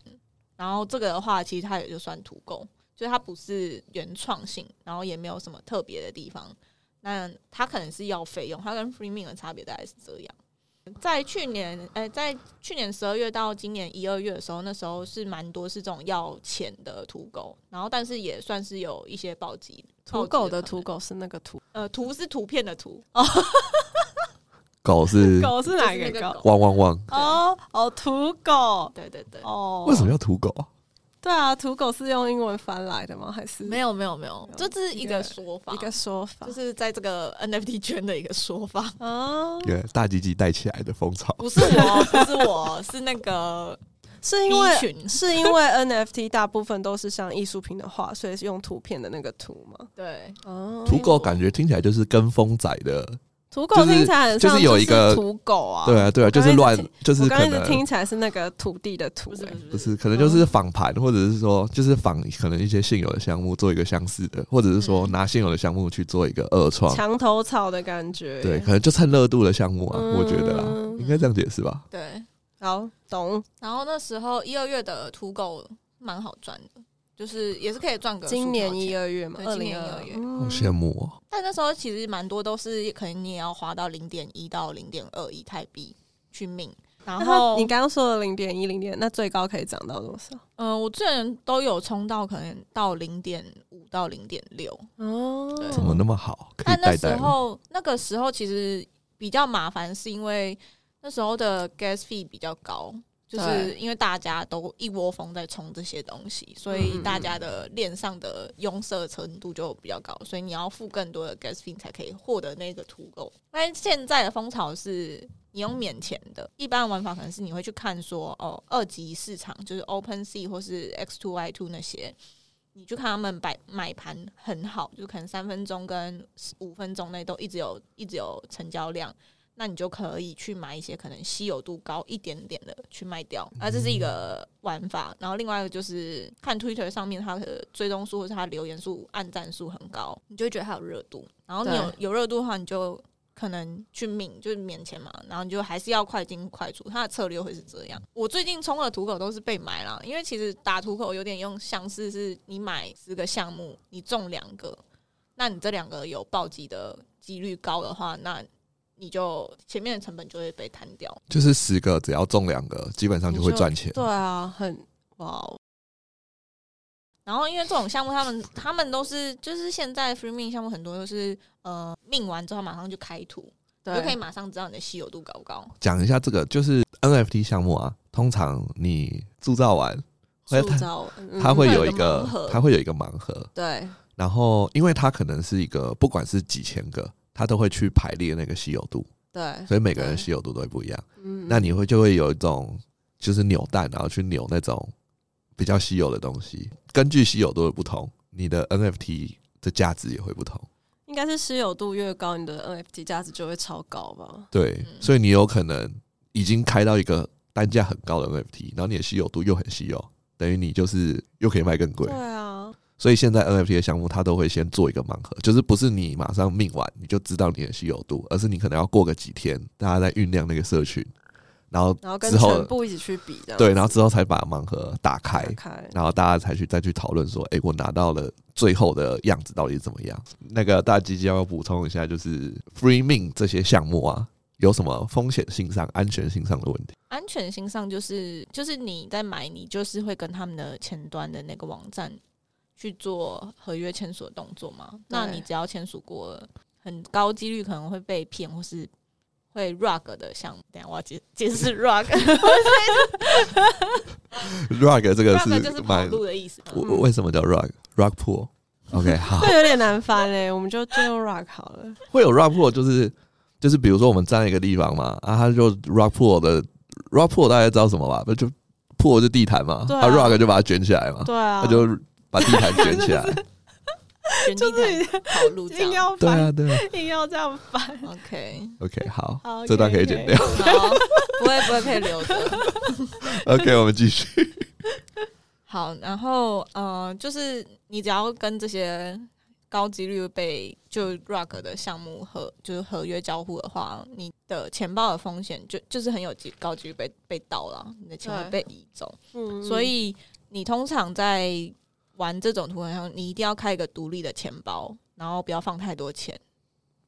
然后这个的话其实它也就算土狗，就是它不是原创性，然后也没有什么特别的地方，那它可能是要费用，它跟 Freeman 的差别大概是这样。在去年，呃、在去年十二月到今年一二月的时候，那时候是蛮多是这种要钱的土狗，然后但是也算是有一些暴击。土狗的暴击土狗是那个土可能，呃，图是图片的图，狗是狗是哪就是那个个狗？狗汪汪汪，哦哦，土狗对对对，哦，为什么要土狗啊？对啊，土狗是用英文翻来的吗？还是没有没有没有，这是一一个个说法，一个说法？就是在这个 NFT 圈的一个说法，啊，因为大鸡鸡带起来的风潮， (laughs) 哦不是我，不是我，是那 (laughs) 个是 B 因为 (laughs) 群，是因为 NFT 大部分都是像艺术品的画，所以是用图片的那个图嘛。对，哦，土狗感觉听起来就是跟风仔的，土狗听起来很像就是有一个土狗啊，对啊对啊，就刚是一直乱听，就是我刚可一直听能起来是那个土地的土、不是欸不是不是，可能就是仿盘，或者是说就是仿可能一些现有的项目做一个相似的，或者是说嗯拿现有的项目去做一个二创，墙头草的感觉。对，，可能就趁热度的项目啊，嗯我觉得啦，应该这样解释吧。对。好懂。然后那时候一二月的土狗蛮好赚的，就是也是可以赚个今年一二，二月嘛，对二今零年二嗯1月嗯好羡慕哦！但那时候其实蛮多都是可能你也要花到零点一到零点二亿泰币去命。然然后后你刚刚说的零点一零点，那最高可以涨到多少？嗯、我之前都有冲到可能到零点五到零点六，哦，对怎么那么好，可以但那代时代吗。候那个时候其实比较麻烦，是因为那时候的 gas fee 比较高，就是对因为大家都一窝蜂在冲这些东西，所嗯以大家的链上的拥塞程度就比较高，所以你要付更多的 gas fee 才可以获得那个土狗。但现在的风潮是。你用免钱的，一般的玩法可能是你会去看说，哦，二级市场就是 Open Sea 或是 X Two Y Two 那些，你去看他们摆买盘很好，就可能三分钟跟五分钟内都一直有一直有成交量，那你就可以去买一些可能稀有度高一点点的去卖掉，啊，这是一个玩法。然后另外一个就是看 Twitter 上面它的追踪数或是它留言数、按赞数很高，你就会觉得它有热度。然后你有对有热度的话，你就可能去命，就是免钱嘛，然后你就还是要快进快出，它的策略会是这样。我最近冲的土狗都是被买了，因为其实打土狗有点用像是是你买十个项目，你中两个，那你这两个有暴击的几率高的话，那你就前面的成本就会被摊掉。就是十个只要中两个，基本上就会赚钱。对啊，很哇哦，然后因为这种项目，他们他们都是就是现在 free min 项目很多都是呃命完之后马上就开图，你对，就可以马上知道你的稀有度高不高。讲一下这个，就是 NFT 项目啊，通常你铸造完，塑它造，嗯它会有一会有一个盲盒个，它嗯会有一个盲盒，对然后因为它可能是一个，不管是几千个，它都会去排列那个稀有度，对，所以每个人对稀有度都会不一样。嗯那你会就会有一种就是扭蛋，然后去扭那种比较稀有的东西，根据稀有度的不同，你的 NFT 的价值也会不同。应该是稀有度越高，你的 NFT 价值就会超高吧？对，所以你有可能已经开到一个单价很高的 NFT，然后你的稀有度又很稀有，等于你就是又可以卖更贵对。啊，所以现在 NFT 的项目，它都会先做一个盲盒，就是不是你马上命完你就知道你的稀有度，而是你可能要过个几天，大家在酝酿那个社群，然后然后跟之后全部一起去比这样对，子然后之后才把盲盒打开打，开，然后大家才去再去讨论说，哎、我拿到了最后的样子到底怎么样？那个大基金要补充一下，就是 free min 这些项目啊，有什么风险性上、安全性上的问题？安全性上就是就是你在买，你就是会跟他们的前端的那个网站去做合约签署的动作嘛。那你只要签署过了，很高几率可能会被骗，或是会 rug 的项目。等一下我要解解释 rug，rug rug 这个 (laughs) 就是跑蛮，路的 (laughs) 意思。我我为什么叫 rug rug pool？OK，好，会有点难翻哎、我们就就用 rock 好了。会有 rug pool，就是就是比如说我们站在一个地方嘛，啊，它就 rug pool 的 rug pool 大家知道什么吧？不就 pool 就地毯嘛，对啊 rug 就把它卷起来嘛，对啊，它就把地毯卷起来，原地就是看跑路这硬样。要对翻，啊，对啊硬要这样翻。 OK， ，OK，好，好 (laughs) 这段可可以以可剪以掉。好，不会不会可以留着。 (laughs) OK，我们继续。好，然后呃，就是你只要跟这些高几率被就 rug 的项目合就是合约交互的话，你的钱包的风险就就是很有几高几率被被盗了，你的钱会被移走。嗯所以你通常在玩这种图文上，你一定要开一个独立的钱包，然后不要放太多钱，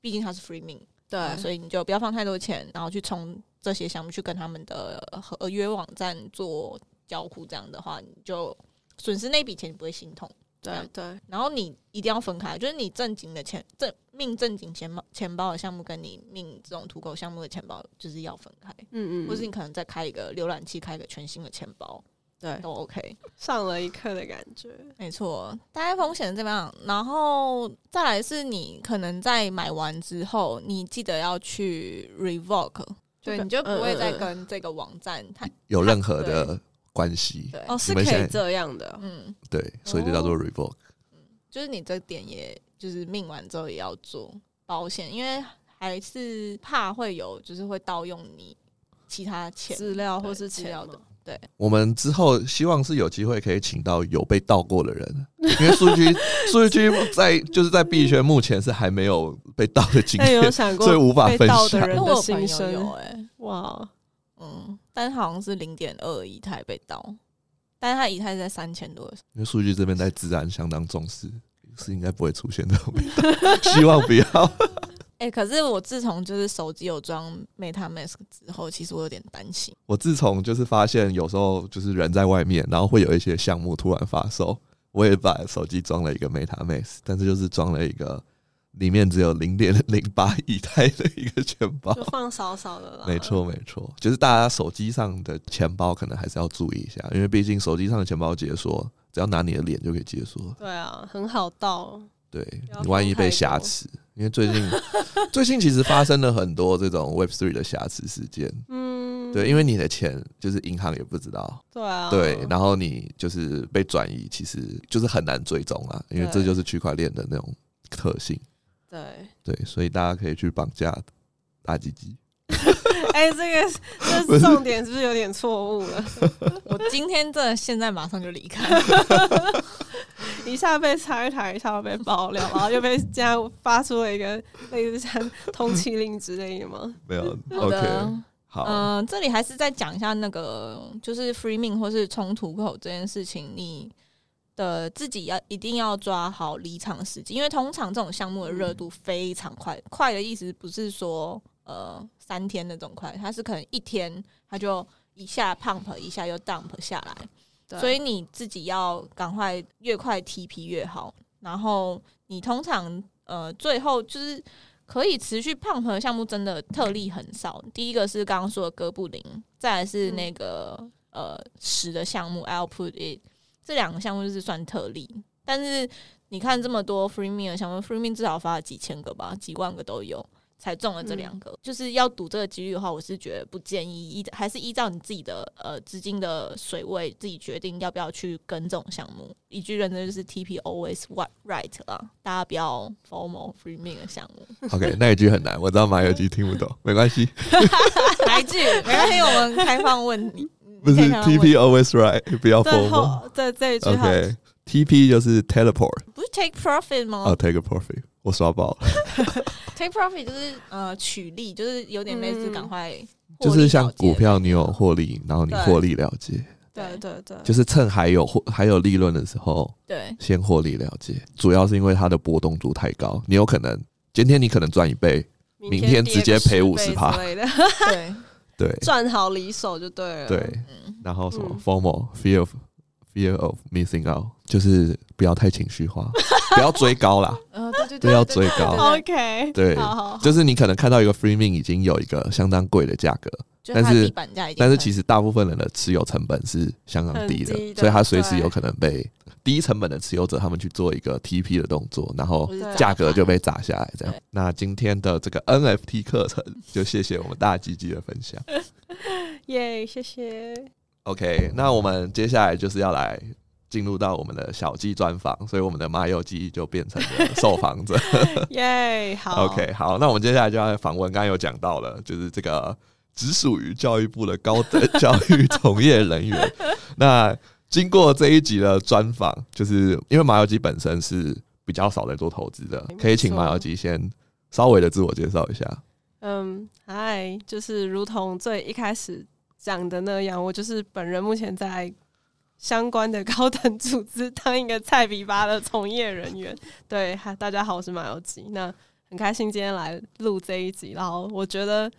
毕竟它是 free min，对，啊所以你就不要放太多钱，然后去冲这些项目去跟他们的合呃约网站做交互，这样的话你就损失那笔钱你不会心痛。对嗯对然后你一定要分开，就是你正经的钱正命正经钱包钱包的项目，跟你命这种土狗项目的钱包就是要分开，嗯嗯，或是你可能再开一个浏览器，开一个全新的钱包对都 OK。上了一课的感觉。没错，大概风险是这样，然后再来是你可能在买完之后，你记得要去 revoke，对，就你就不会再嗯嗯嗯跟这个网站太有任何的关系，对，哦，是可们现以在这样的哦，嗯，对，所以就叫做 revoke。就是你这点也就是命完之后也要做保险，因为还是怕会有就是会盗用你其他钱资料或对是资钱料吗的，对，我们之后希望是有机会可以请到有被盗过的人，因为数 (laughs) 据数据在就是在币圈目前是还没有被盗的经那哎有 (laughs) 验，想过所以无法被分盗的享人那我有朋心友有声？哎、哇，嗯，但好像是零点二以太被盗，但是他以太是在三千多的时候，因为数据这边在治安相当重视，是应该不会出现这种被盗，希望不要。哎、可是我自从就是手机有装 MetaMask 之后，其实我有点担心，我自从就是发现有时候就是人在外面，然后会有一些项目突然发售，我也把手机装了一个 MetaMask，但是就是装了一个里面只有零点零八以太的一个钱包就。放少少的啦，没错，没错，就是大家手机上的钱包可能还是要注意一下，因为毕竟手机上的钱包解锁，只要拿你的脸就可以解锁。对啊，很好盗，对要你万一放被太挟多持，因为最近最近其实发生了很多这种 Web Three 的挟持事件。嗯，对，因为你的钱就是银行也不知道，对啊，哦对，然后你就是被转移，其实就是很难追踪啊，因为这对就是区块链的那种特性。对，对，所以大家可以去绑架大鸡鸡。哎，这 (laughs) 个这重点是不是有点错误了？ (laughs) 我今天真的现在马上就离开。一下被拆台，一下被爆料，然后又被这样发出了一个类似像通缉令之类的吗？没有好的。 (laughs) ，OK，好，嗯、这里还是再讲一下那个，就是 free min 或是冲突口这件事情，你的自己要一定要抓好离场时机，因为通常这种项目的热度非常快，快的意思不是说呃三天那种快，它是可能一天它就一下 pump 一下又 dump 下来，对所以你自己要赶快越快 TP 越好。然后你通常呃最后就是可以持续 pump 的项目真的特例很少。第一个是刚刚说的哥布林，再来是那个、呃十的项目 output it，这两个项目就是算特例，但是。你看这么多 free m e 的项目，free m e 至少发了几千个吧，几万个都有，才中了这两个。就是要赌这个几率的话，我是觉得不建议依，还是依照你自己的呃资金的水位自己决定要不要去跟这种项目。一句认真就是 TP always what right 啊，大家不要 formal free m e 的项 (laughs) 目。 (laughs) OK，那一句很难，我知道麻油鸡听不懂，没关系，来一句，没关系，我们开放问你。不是 (laughs) 你可以开放问 TP always right，不要最 formal。后这这一句好 OK。TP 就是 teleport (laughs) 不是 take profit 吗、啊、t a k e a profit，我刷爆了， t a k e profit 就是呃取利，就是有点类似嗯赶快获利了结的，就是像股票你有获利，然后你获利了结，对对对，就是趁还有获还有利润的时候，对，先获利了结。主要是因为它的波动度太高，你有可能今天你可能赚一倍，明天直接赔跌个10 50%倍之类的， (laughs) 对， (laughs) 对赚好离手就对了。对，，然后什么嗯 formal fear of fear of missing out，就是不要太情 (laughs) 绪化，不要追高啦，呃，对对不对，要对追高。 OK，对，好好好就是你可能看到一个 free min 已经有一个相当贵的价格，就但它是地板价已经但是很其实大部分人的持有成本是相当低的，很低的所以它随时对有可能被低成本的持有者他们去做一个 TP 的动作，然后不是对 (laughs) 价格就被砸下来。这样对，那今天的这个 NFT 课程就谢谢我们大鸡鸡的分享。 (laughs) 耶，谢谢。 OK，那我们接下来就是要来进入到我们的小鸡专访，所以我们的麻油鸡就变成了受访者。 (laughs) 耶，好 OK，好，那我们接下来就要访问，刚刚有讲到了，就是这个直属于教育部的高等教育从业人员。那经过这一集的专访，就是因为麻油鸡本身是比较少在做投资的，可以请麻油鸡先稍微的自我介绍一下。嗯，嗨，就是如同最一开始讲的那样，我就是本人目前在相关的高等组织当一个菜比巴的从业人员。 (laughs) 对，嗨，大家好，我是马友吉。那很开心今天来录这一集，然后我觉得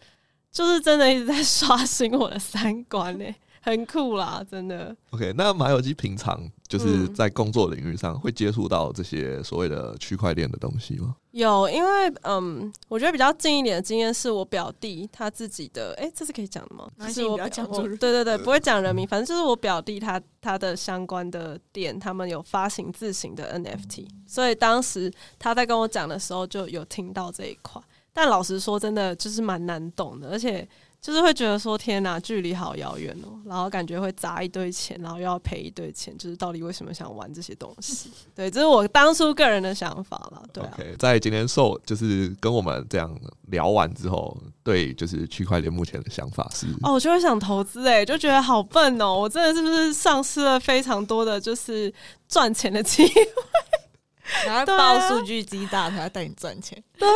就是真的一直在刷新我的三观呢、欸很酷啦，真的。 OK，那麻油鸡平常就是嗯在工作领域上会接触到这些所谓的区块链的东西吗？有，因为嗯，我觉得比较近一点的经验是我表弟他自己的，哎、这是可以讲的吗？没就关系是你我不要表讲我出来对对对，不会讲人名，反正就是我表弟他他的相关的店，他们有发行自行的 NFT，所以嗯当时他在跟我讲的时候就有听到这一块，但老实说，真的就是蛮难懂的，而且就是会觉得说天哪，距离好遥远哦，然后感觉会砸一堆钱，然后又要赔一堆钱，就是到底为什么想玩这些东 (laughs) 西？对，这是我当初个人的想法啦，对啊。 OK，在今天受就是跟我们这样聊完之后，对就是区块链目前的想法是哦，我就会想投资哎、就觉得好笨哦！我真的是不是丧失了非常多的就是赚钱的机会 (laughs) 然后对报啊数据机大，他带你赚钱。啊？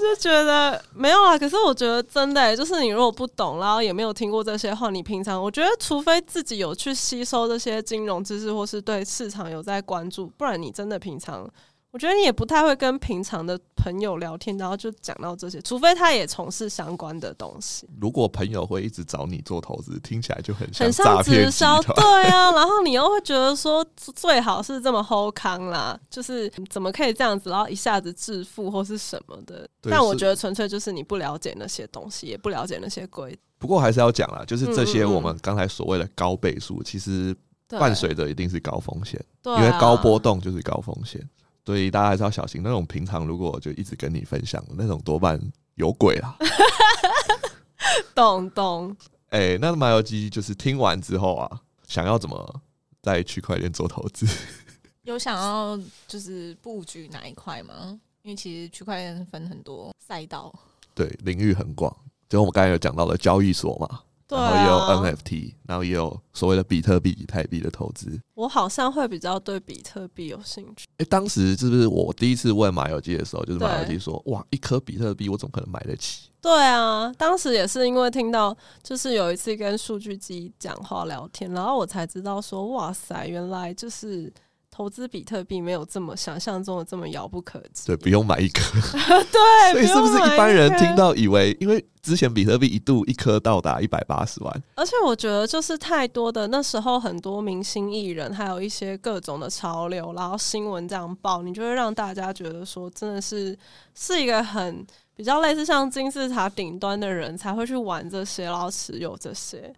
就觉得没有啊。可是我觉得真的、欸，就是你如果不懂，然后也没有听过这些话，你平常我觉得，除非自己有去吸收这些金融知识，或是对市场有在关注，不然你真的平常。我觉得你也不太会跟平常的朋友聊天，然后就讲到这些，除非他也从事相关的东西。如果朋友会一直找你做投资，听起来就很像很诈像骗直集销，团。 (laughs) 对啊，然后你又会觉得说最好是这么齁康啦，就是怎么可以这样子，然后一下子致富或是什么的。对但我是觉得纯粹就是你不了解那些东西，也不了解那些规不过还是要讲啦，就是这些嗯嗯嗯我们刚才所谓的高倍数，其实则，伴随着一定是高风险，对啊、因为高波动就是高风险，所以大家还是要小心。那种平常如果就一直跟你分享的那种，多半有鬼啦。动动。哎、那麻油鸡就是听完之后啊，想要怎么在区块链做投资？ (laughs) 有想要就是布局哪一块吗？因为其实区块链分很多赛道，对，领域很广，就我们刚才有讲到的交易所嘛，对然后也有啊， NFT，然后也有所谓的比特币、以太币的投资。我好像会比较对比特币有兴趣。哎、当时是不是我第一次问马友基的时候，就是对马友基说：“哇，一颗比特币我怎么可能买得起对啊，当时也是因为听到，就是有一次跟数据机讲话聊天，然后我才知道说，哇塞，原来就是投资比特币没有这么想象中的这么遥不可及。对，不用买一颗。对， (laughs) 所以是不是哎用买一般人颗听？到以为，因为之前比特币一度一颗到达一百八十万，而且我觉得就是太多的那时候很多明星艺人，还有一些各种的潮流，然后新闻这样报，你就会让大家觉得说，真的是是一个很比较类似像金字塔顶端的人才会去玩这些，然后持有这些。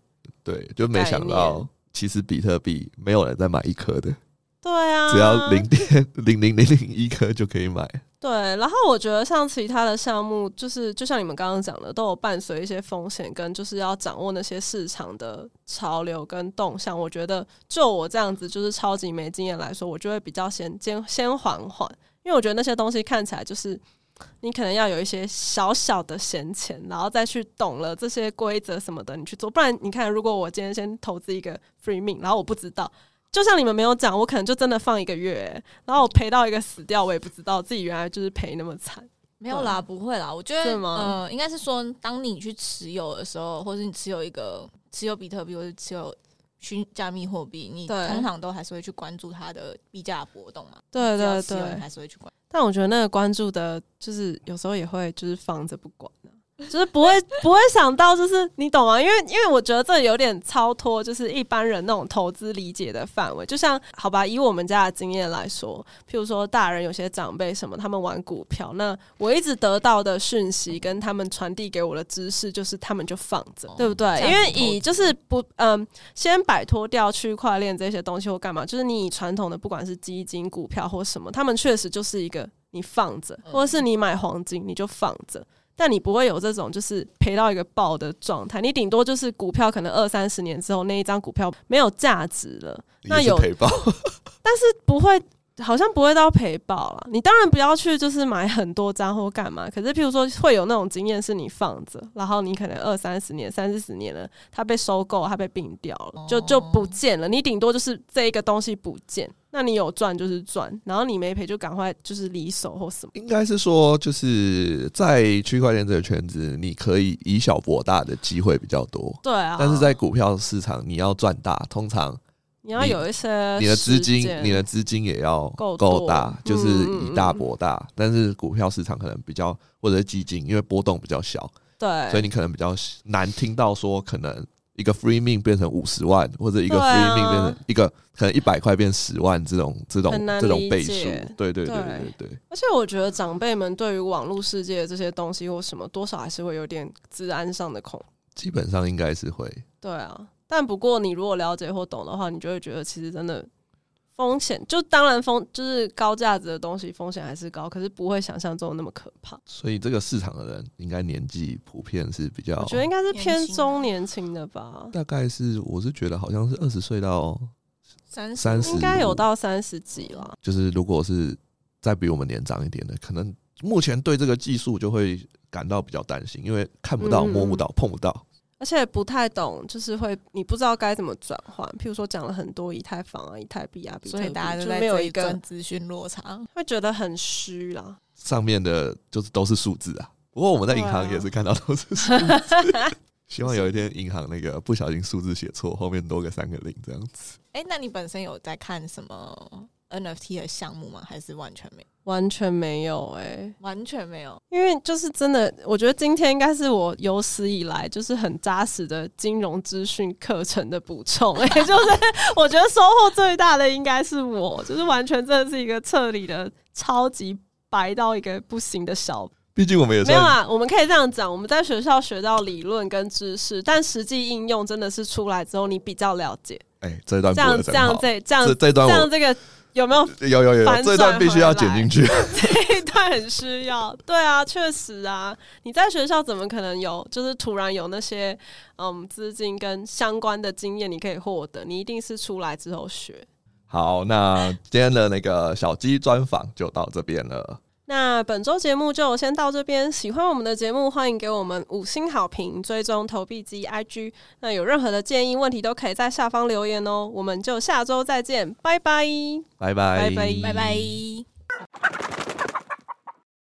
对，就没想概到念其实比特币没有人在买一颗的，对啊，只要零点零零零零一颗就可以买。对，然后我觉得像其他的项目，就是就像你们刚刚讲的，都有伴随一些风险，跟就是要掌握那些市场的潮流跟动向。我觉得就我这样子就是超级没经验来说，我就会比较先先先缓缓，因为我觉得那些东西看起来就是你可能要有一些小小的闲钱，然后再去懂了这些规则什么的，你去做。不然你看，如果我今天先投资一个 free min，然后我不知道。就像你们没有讲，我可能就真的放一个月、然后我赔到一个死掉，我也不知道自己原来就是赔那么惨。没有啦，不会啦。我觉是得，吗呃，应啊该是说，当你去持有的时候，或者你持有一个持有比特币，或者持有虚加密货币，你对通常都还是会去关注它的币价的波动嘛。对只要持有你还是会去关注。但我觉得那个关注的，就是有时候也会就是放着不管、啊、 (laughs) 就是不会不会想到，就是你懂吗？因为因为我觉得这有点超脱，就是一般人那种投资理解的范围。就像好吧，以我们家的经验来说，譬如说大人有些长辈什么，他们玩股票，那我一直得到的讯息跟他们传递给我的知识，就是他们就放着，哦对不对价？值因为投资以就是不嗯、先摆脱掉区块链这些东西或干嘛，就是你以传统的不管是基金、股票或什么，他们确实就是一个你放着，嗯或者是你买黄金你就放着。但你不会有这种就是赔到一个爆的状态，你顶多就是股票可能二三十年之后那一张股票没有价值了，那也是有赔爆，不会，好像不会到赔爆了。你当然不要去就是买很多张或干嘛，可是譬如说会有那种经验是你放着，然后你可能二三十年、三四十年了，它被收购，它被并掉哦了，就就不见了。你顶多就是这一个东西不见，那你有赚就是赚，然后你没赔就赶快就是离手或什么。应该是说就是在区块链这个圈子，你可以以小博大的机会比较多，对啊，但是在股票市场你要赚大，通常你要有一些你的资金实践，你的资金也要呃够够多大，就是嗯嗯以大博大。但是股票市场可能比较，或者是基金，因为波动比较小，对，所以你可能比较难听到说，可能一个 free min 变成五十万，或者一个对 free 啊 min 变成一个可能一百块变十万这种这种很难这种理倍数解。对对对对对对对，而且我觉得长辈们对于网络世界这些东西或什么，多少还是会有点治安上的恐基本上应该是会。对啊，但不过你如果了解或懂的话，你就会觉得其实真的风险，就当然风就是高价值的东西风险还是高，可是不会想象中那么可怕。所以这个市场的人应该年纪普遍是比较我，觉得应该是偏年轻啊中年轻的吧，大概是我是觉得好像是二十岁到三三十，应该有到三十几啦。就是如果是再比我们年长一点的，可能目前对这个技术就会感到比较担心，因为看不到、嗯摸不到、碰不到。而且不太懂，就是会你不知道该怎么转换。譬如说讲了很多以太坊啊、以太币啊，比特所币以大家就就在没有这一一个个资讯落差。会觉得很虚 (laughs) 啦。上面的就是都是数字啊。不过我们在银行也是看到都是啊数字，希望有一天银行那个不小心数字写错，后面多个三个零这样子。哎、那你本身有在看什么 NFT 的项目吗？还是完全没？完全没有哎、完全没有。因为就是真的，我觉得今天应该是我有史以来就是很扎实的金融资讯课程的补充、 (laughs) 也就是我觉得收获最大的应该是我，就是完全真的是一个彻底的超级白到一个不行的小毕竟我们也没有算啊，我们可以这样讲，我们在学校学到理论跟知识，但实际应用真的是出来之后你比较了解，哎、这一段这过样得这真样好，这这样这这段这样我这个有没有有有有有反这一段转必须要回剪来进去。这一段很需要，对啊，确实啊，你在学校怎么可能有就是突然有那些嗯资金跟相关的经验你可以获得？你一定是出来之后学。 (laughs) 好，那今天的那个小鸡专访就到这边了。那本周节目就先到这边，喜欢我们的节目，欢迎给我们五星好评，追踪投币机 IG。那有任何的建议问题都可以在下方留言哦，我们就下周再见，拜拜。拜拜，拜拜拜拜。